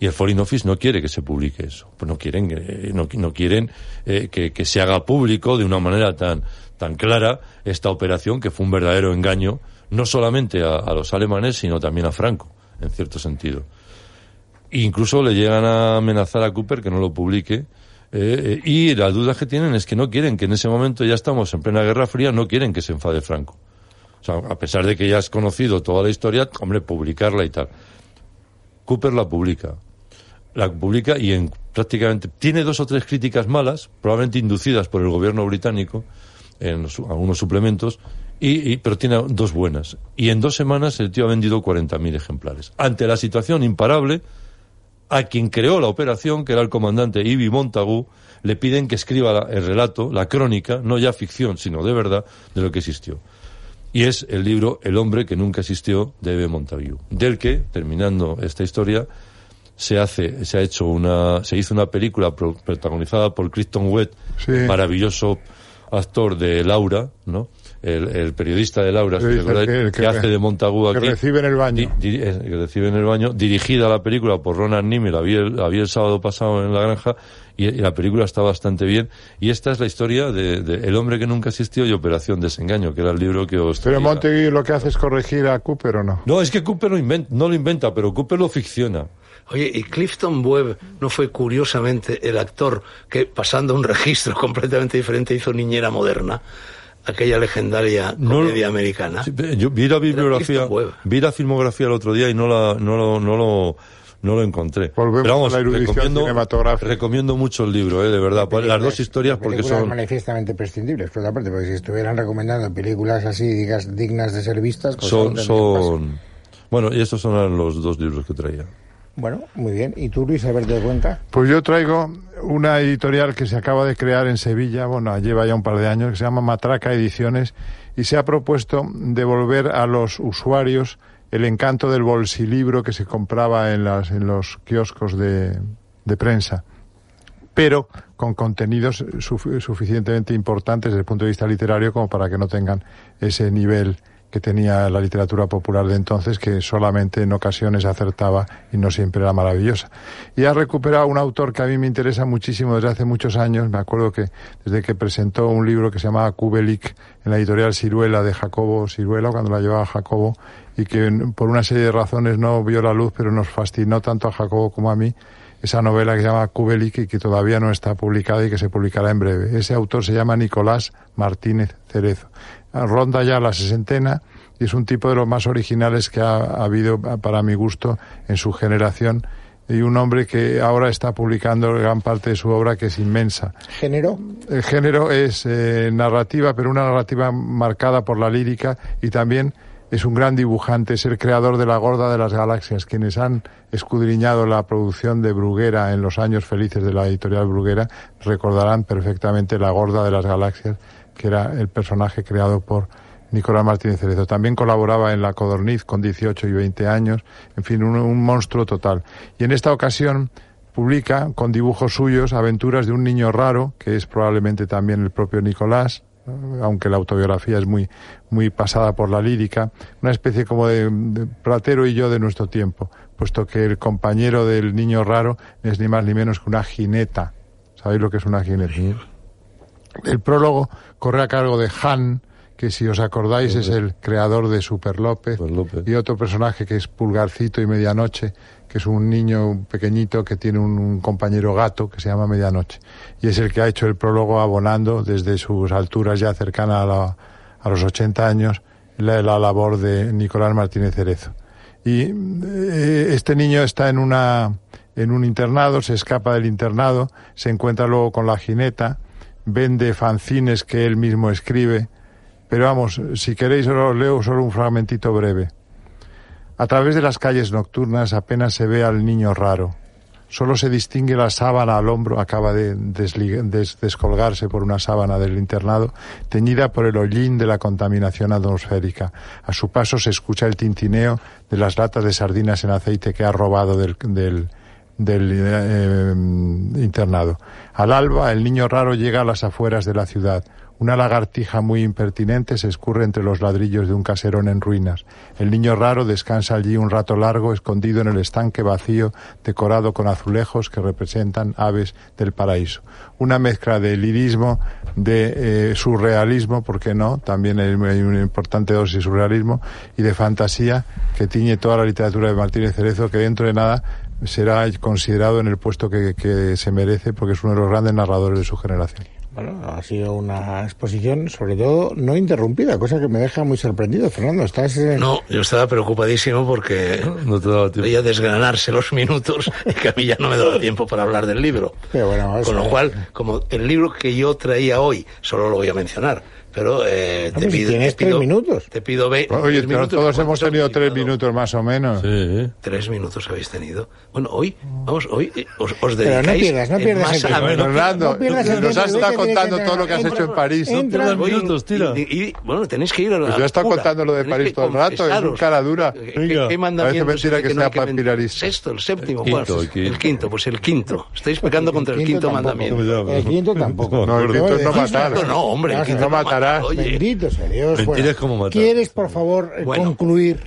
[SPEAKER 3] Y el Foreign Office no quiere que se publique eso. Pues no quieren, eh, no, no quieren eh, que, que se haga público de una manera tan, tan clara esta operación que fue un verdadero engaño, no solamente a, a los alemanes, sino también a Franco, en cierto sentido. Incluso le llegan a amenazar a Cooper que no lo publique. eh, eh, y las dudas que tienen es que no quieren que en ese momento ya estamos en plena Guerra Fría, no quieren que se enfade Franco. O sea, a pesar de que ya has conocido toda la historia, hombre, publicarla y tal. Cooper la publica. La publica y en prácticamente tiene dos o tres críticas malas, probablemente inducidas por el gobierno británico en su- algunos suplementos, y, y- pero tiene dos buenas. Y en dos semanas el tío ha vendido 40.000 ejemplares. Ante la situación imparable, a quien creó la operación, que era el comandante Ivy Montagu, le piden que escriba la- el relato, la crónica, no ya ficción, sino de verdad, de lo que existió. Y es el libro El hombre que nunca existió de Eve Montagu, del que, terminando esta historia, se hace, se ha hecho una, se hizo una película pro- protagonizada por Kristen Wett,
[SPEAKER 4] Sí.
[SPEAKER 3] maravilloso actor de Laura, ¿no? El, el periodista de Laura, si
[SPEAKER 4] El-
[SPEAKER 3] recordáis,
[SPEAKER 4] el- el
[SPEAKER 3] que,
[SPEAKER 4] que-
[SPEAKER 3] hace de Montagu
[SPEAKER 4] que
[SPEAKER 3] aquí.
[SPEAKER 4] recibe en el baño.
[SPEAKER 3] Di- di- eh, que recibe en el baño, dirigida la película por Ronan Nimi, la vi el, la vi el sábado pasado en la granja, y, y la película está bastante bien. Y esta es la historia de, de El hombre que nunca asistió y Operación Desengaño, que era el libro que os
[SPEAKER 4] Pero
[SPEAKER 3] traía.
[SPEAKER 4] Montegui lo que hace es corregir a Cooper o no.
[SPEAKER 3] No, es que Cooper no, invent- no lo inventa, pero Cooper lo ficciona.
[SPEAKER 2] Oye, ¿y Clifton Webb no fue curiosamente el actor que, pasando un registro <laughs> completamente diferente, hizo Niñera Moderna, aquella legendaria
[SPEAKER 3] No-
[SPEAKER 2] comedia americana?
[SPEAKER 3] Sí, pe- yo vi la bibliografía,
[SPEAKER 2] Christoph Webb.
[SPEAKER 3] vi la filmografía el otro día y no la, no lo, no lo, no lo encontré.
[SPEAKER 4] Volvemos
[SPEAKER 3] Pero vamos,
[SPEAKER 4] a la erudición
[SPEAKER 3] recomiendo,
[SPEAKER 4] cinematográfica.
[SPEAKER 3] recomiendo mucho el libro, eh, de verdad. Las dos historias porque
[SPEAKER 1] Películas
[SPEAKER 3] son...
[SPEAKER 1] manifiestamente prescindibles, por otra parte, porque si estuvieran recomendando películas así, digas, dignas de ser vistas, pues no
[SPEAKER 3] son,
[SPEAKER 1] tendrían paso.
[SPEAKER 3] son... Bueno, y estos son los dos libros que traía.
[SPEAKER 1] Bueno, muy bien. ¿Y tú, Luis, a ver, te cuenta?
[SPEAKER 4] Pues yo traigo una editorial que se acaba de crear en Sevilla, bueno, lleva ya un par de años, que se llama Matraca Ediciones, y se ha propuesto devolver a los usuarios el encanto del bolsilibro que se compraba en, las, en los kioscos de, de prensa, pero con contenidos suf- suficientemente importantes desde el punto de vista literario como para que no tengan ese nivel que tenía la literatura popular de entonces, que solamente en ocasiones acertaba y no siempre era maravillosa. Y ha recuperado un autor que a mí me interesa muchísimo desde hace muchos años. Me acuerdo que desde que presentó un libro que se llamaba Kubelik en la editorial Ciruela de Jacobo Ciruela, cuando la llevaba Jacobo, y que en- por una serie de razones no vio la luz, pero nos fascinó tanto a Jacobo como a mí esa novela que se llama Kubelik y que todavía no está publicada y que se publicará en breve. Ese autor se llama Nicolás Martínez Cerezo. Ronda ya la sesentena y es un tipo de los más originales que ha, ha habido, para mi gusto, en su generación. Y un hombre que ahora está publicando gran parte de su obra, que es inmensa.
[SPEAKER 1] ¿Género?
[SPEAKER 4] El género es eh, narrativa, pero una narrativa marcada por la lírica y también es un gran dibujante, es el creador de La Gorda de las Galaxias, quienes han escudriñado la producción de Bruguera en los años felices de la editorial Bruguera recordarán perfectamente La Gorda de las Galaxias, que era el personaje creado por Nicolás Martínez Cerezo. También colaboraba en La Codorniz con 18 y 20 años, en fin, un- un monstruo total. Y en esta ocasión publica con dibujos suyos aventuras de un niño raro, que es probablemente también el propio Nicolás, ¿no? aunque la autobiografía es muy, muy pasada por la lírica, una especie como de, de Platero y yo de nuestro tiempo, puesto que el compañero del niño raro es ni más ni menos que una jineta. ¿Sabéis lo que es una jineta? El prólogo corre a cargo de Han, que si os acordáis es el creador de Super López,
[SPEAKER 3] Super López.
[SPEAKER 4] y otro personaje que es Pulgarcito y Medianoche, que es un niño pequeñito que tiene un, un compañero gato que se llama Medianoche. Y es el que ha hecho el prólogo abonando desde sus alturas ya cercana a, la- a los 80 años la, la labor de Nicolás Martínez Cerezo. Y eh, este niño está en una en un internado, se escapa del internado, se encuentra luego con la jineta, vende fanzines que él mismo escribe. Pero vamos, si queréis os leo solo un fragmentito breve. A través de las calles nocturnas apenas se ve al niño raro. Solo se distingue la sábana al hombro, acaba de desliga- des- descolgarse por una sábana del internado, teñida por el hollín de la contaminación atmosférica. A su paso se escucha el tintineo de las latas de sardinas en aceite que ha robado del, del- del em, eh, internado. Al alba, el niño raro llega a las afueras de la ciudad, Una lagartija muy impertinente se escurre entre los ladrillos de un caserón en ruinas. El niño raro descansa allí un rato largo, escondido en el estanque vacío, decorado con azulejos que representan aves del paraíso. Una mezcla de lirismo, de eh, surrealismo, ¿por qué no? También hay una importante dosis de surrealismo y de fantasía que tiñe toda la literatura de Martínez Cerezo, que dentro de nada será considerado en el puesto que, que, se merece porque es uno de los grandes narradores de su generación.
[SPEAKER 1] Bueno, ha sido una exposición, sobre todo, no interrumpida, cosa que me deja muy sorprendido. Fernando, estás... Eh...
[SPEAKER 2] No, yo estaba preocupadísimo porque no, no te voy a desgranarse los minutos <laughs> y que a mí ya no me daba tiempo para hablar del libro.
[SPEAKER 1] Pero bueno,
[SPEAKER 2] Con lo cual, como el libro que yo traía hoy, solo lo voy a mencionar, pero eh,
[SPEAKER 1] te, si pido, tienes te pido, tres minutos.
[SPEAKER 2] Te pido ve,
[SPEAKER 4] Oye, pero minutos, todos hemos tenido tres minutos más o menos.
[SPEAKER 3] Sí.
[SPEAKER 2] Tres minutos habéis tenido. Bueno, hoy, vamos, hoy eh, os, os
[SPEAKER 1] Pero no pierdas, no pierdas el tiempo.
[SPEAKER 4] Bueno, Fernando, no nos has estado contando todo lo que has hecho en París. ¿no?
[SPEAKER 3] Entra, minutos, tira.
[SPEAKER 2] Y, y, y, bueno, tenéis que ir a la
[SPEAKER 4] Pues yo he estado contando lo de París todo el rato, es un cara dura.
[SPEAKER 2] ¿Qué, qué
[SPEAKER 4] Parece mentira que, sea papilarista.
[SPEAKER 2] Sexto, el séptimo, cuarto. El quinto, pues el quinto. Estáis pecando contra el quinto mandamiento.
[SPEAKER 1] El quinto tampoco.
[SPEAKER 4] No, el quinto es no matar.
[SPEAKER 2] No, no, hombre, el quinto
[SPEAKER 4] matar.
[SPEAKER 2] Oye.
[SPEAKER 1] Bendito sea Dios.
[SPEAKER 3] Bueno, como
[SPEAKER 1] ¿Quieres, por favor, bueno, concluir?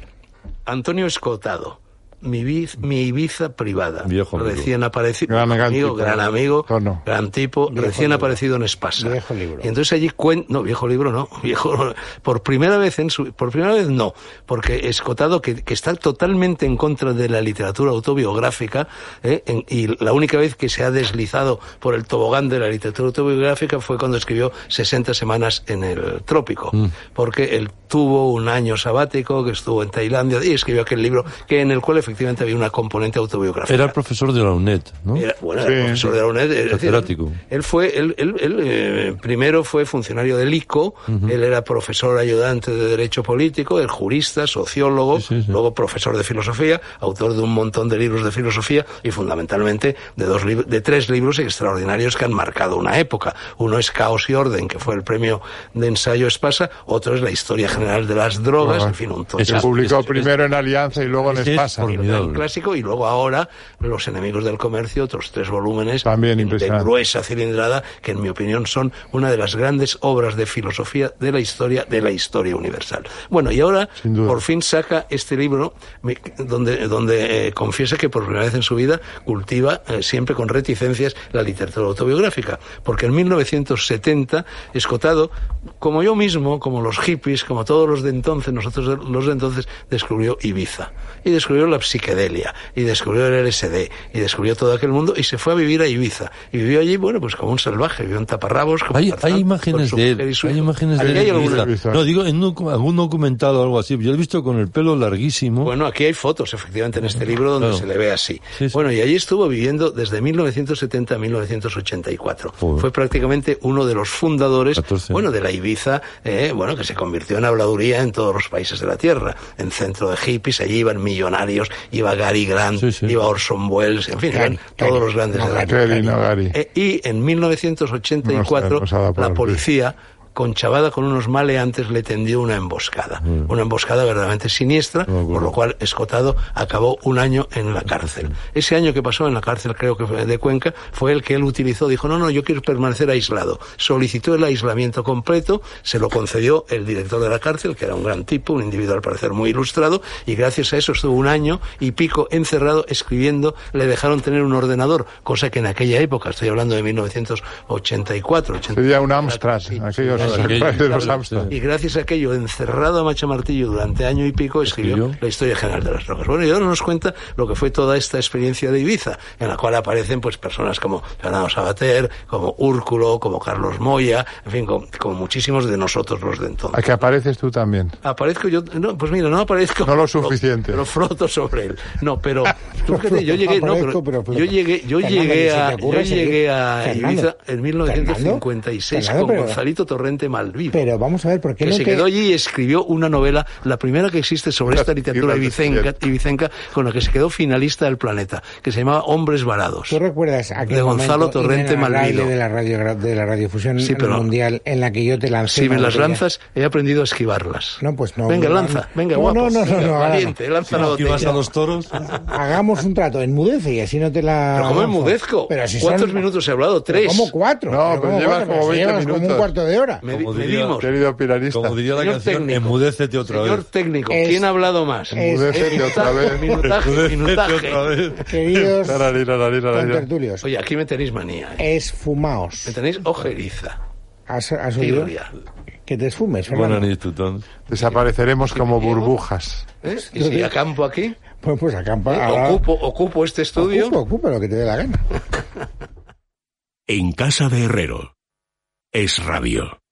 [SPEAKER 2] Antonio Escotado. Mi, biz, mi Ibiza privada.
[SPEAKER 3] Viejo
[SPEAKER 2] recién
[SPEAKER 3] libro.
[SPEAKER 2] aparecido. Gran, gran, amigo, tipo, gran amigo,
[SPEAKER 4] no, no.
[SPEAKER 2] gran tipo, viejo recién libro. aparecido en Espasa.
[SPEAKER 1] Viejo libro.
[SPEAKER 2] Y entonces allí cuen, no, viejo libro no, <laughs> viejo por primera vez en su, por primera vez no, porque Escotado que, que está totalmente en contra de la literatura autobiográfica eh, en, y la única vez que se ha deslizado por el tobogán de la literatura autobiográfica fue cuando escribió 60 semanas en el trópico, mm. porque él tuvo un año sabático que estuvo en Tailandia y escribió aquel libro que en el cual efectivamente había una componente autobiográfica.
[SPEAKER 3] Era el profesor de la UNED, ¿no?
[SPEAKER 2] Era, bueno, sí. era el profesor de la UNED. Es decir, él, él, fue, él, él, él eh, primero fue funcionario del ICO, uh -huh. él era profesor ayudante de Derecho Político, el jurista, sociólogo, sí, sí, luego profesor de filosofía, autor de un montón de libros de filosofía y fundamentalmente de, dos de tres libros extraordinarios que han marcado una época. Uno es Caos y Orden, que fue el premio de ensayo Espasa, otro es la historia general de las drogas, ah, en fin, un
[SPEAKER 4] Se publicó primero en Alianza y luego en Espasa.
[SPEAKER 2] Un clásico y luego ahora Los enemigos del comercio, otros tres volúmenes
[SPEAKER 4] También
[SPEAKER 2] de gruesa cilindrada que en mi opinión son una de las grandes obras de filosofía de la historia de la historia universal. Bueno, y ahora por fin saca este libro donde, donde eh, confiesa que por primera vez en su vida cultiva eh, siempre con reticencias la literatura autobiográfica, porque en 1970 Escotado, como yo mismo, como los hippies, como todos los de entonces, nosotros los de entonces descubrió Ibiza y descubrió la psiquedelia y descubrió el LSD y descubrió todo aquel mundo y se fue a vivir a Ibiza y vivió allí bueno pues como un salvaje vivió en taparrabos como
[SPEAKER 3] hay,
[SPEAKER 2] Tarzán,
[SPEAKER 3] hay, imágenes de él hay imágenes de él
[SPEAKER 2] hay
[SPEAKER 3] alguna... no digo en un, algún documentado o algo así yo lo he visto con el pelo larguísimo
[SPEAKER 2] bueno aquí hay fotos efectivamente en este libro donde claro. se le ve así sí, sí. bueno y allí estuvo viviendo desde 1970 a 1984 Joder. fue prácticamente uno de los fundadores 14. bueno de la Ibiza eh, bueno que se convirtió en habladuría en todos los países de la tierra en centro de hippies allí iban millonarios iba Gary Grant, sí, sí. iba Orson Welles, en fin, Gary, todos Gary, los grandes
[SPEAKER 4] no,
[SPEAKER 2] de la
[SPEAKER 4] Gary, no,
[SPEAKER 2] eh, Y en 1984
[SPEAKER 4] nos, nos
[SPEAKER 2] la policía conchavada con unos maleantes le tendió una emboscada, mm. una emboscada verdaderamente siniestra, no, por lo cual Escotado acabó un año en la cárcel. Ese año que pasó en la cárcel, creo que fue de Cuenca, fue el que él utilizó, dijo, no, no, yo quiero permanecer aislado. Solicitó el aislamiento completo, se lo concedió el director de la cárcel, que era un gran tipo, un individuo al parecer muy ilustrado, y gracias a eso estuvo un año y pico encerrado escribiendo, le dejaron tener un ordenador, cosa que en aquella época, estoy hablando de 1984, 84,
[SPEAKER 4] Sería un Amstrad, sí, aquellos
[SPEAKER 2] y gracias a aquello, encerrado a Macha Martillo durante año y pico, escribió, la historia general de las drogas. Bueno, y ahora nos cuenta lo que fue toda esta experiencia de Ibiza, en la cual aparecen pues personas como Fernando Sabater, como Úrculo, como Carlos Moya, en fin, como, como muchísimos de nosotros los de entonces.
[SPEAKER 4] ¿A que apareces tú también?
[SPEAKER 2] Aparezco yo, no, pues mira, no aparezco.
[SPEAKER 4] No lo suficiente.
[SPEAKER 2] Pero froto sobre él. No, pero
[SPEAKER 4] <laughs>
[SPEAKER 2] fíjate, yo llegué, no, pero, yo llegué, yo llegué a, yo llegué a Ibiza en 1956 con Gonzalito Torrente Malvivo,
[SPEAKER 1] Pero vamos a ver por qué
[SPEAKER 2] que
[SPEAKER 1] no
[SPEAKER 2] se
[SPEAKER 1] te...
[SPEAKER 2] quedó allí y escribió una novela, la primera que existe sobre esta literatura ibicenca, ibicenca, con la que se quedó finalista del planeta, que se llamaba Hombres Varados.
[SPEAKER 1] ¿Tú recuerdas aquel
[SPEAKER 2] de Gonzalo Torrente Malvido
[SPEAKER 1] de la radio de la radiofusión sí, pero mundial en la que yo te lancé?
[SPEAKER 2] Si me las lanzas, he aprendido a esquivarlas.
[SPEAKER 1] No, pues no.
[SPEAKER 2] Venga, lanza, venga, guapo.
[SPEAKER 1] No, no, no, no,
[SPEAKER 2] valiente, lanza la botella.
[SPEAKER 3] vas a los toros.
[SPEAKER 1] Hagamos un trato, enmudece y así no te la
[SPEAKER 2] Pero cómo enmudezco? ¿Cuántos minutos he hablado? Tres.
[SPEAKER 1] ¿Cómo cuatro?
[SPEAKER 4] No, pero llevas como 20 minutos.
[SPEAKER 1] como un cuarto de hora.
[SPEAKER 2] Medi-
[SPEAKER 3] Como diría-
[SPEAKER 2] medimos.
[SPEAKER 4] Querido pianista.
[SPEAKER 3] Como diría la
[SPEAKER 2] Señor
[SPEAKER 3] canción,
[SPEAKER 2] técnico.
[SPEAKER 3] enmudécete otra
[SPEAKER 2] Señor
[SPEAKER 3] vez.
[SPEAKER 2] técnico,
[SPEAKER 1] Es-
[SPEAKER 2] ¿quién ha hablado más?
[SPEAKER 1] es-
[SPEAKER 4] Enmudécete otra vez.
[SPEAKER 2] Minutaje,
[SPEAKER 3] <laughs> Enmudécete
[SPEAKER 2] minutaje.
[SPEAKER 3] otra vez.
[SPEAKER 1] Queridos
[SPEAKER 4] Tararira, tararira, tararira.
[SPEAKER 1] contertulios,
[SPEAKER 2] Oye, aquí me tenéis manía, ¿eh?
[SPEAKER 1] esfumaos.
[SPEAKER 2] Me tenéis ojeriza,
[SPEAKER 1] ¿Has, has oído?
[SPEAKER 2] tirria.
[SPEAKER 1] Que te esfumes,
[SPEAKER 3] Bueno,
[SPEAKER 1] Fernando.
[SPEAKER 3] ni tú, tan-
[SPEAKER 4] Desapareceremos como burbujas.
[SPEAKER 2] ¿eh? Y si acampo aquí, ¿eh?
[SPEAKER 1] Pues, pues acampa. ahora-
[SPEAKER 2] ocupo, ocupo este estudio.
[SPEAKER 1] Ocupa, ocupa lo que te dé la gana.
[SPEAKER 5] En casa de Herrero. Es radio.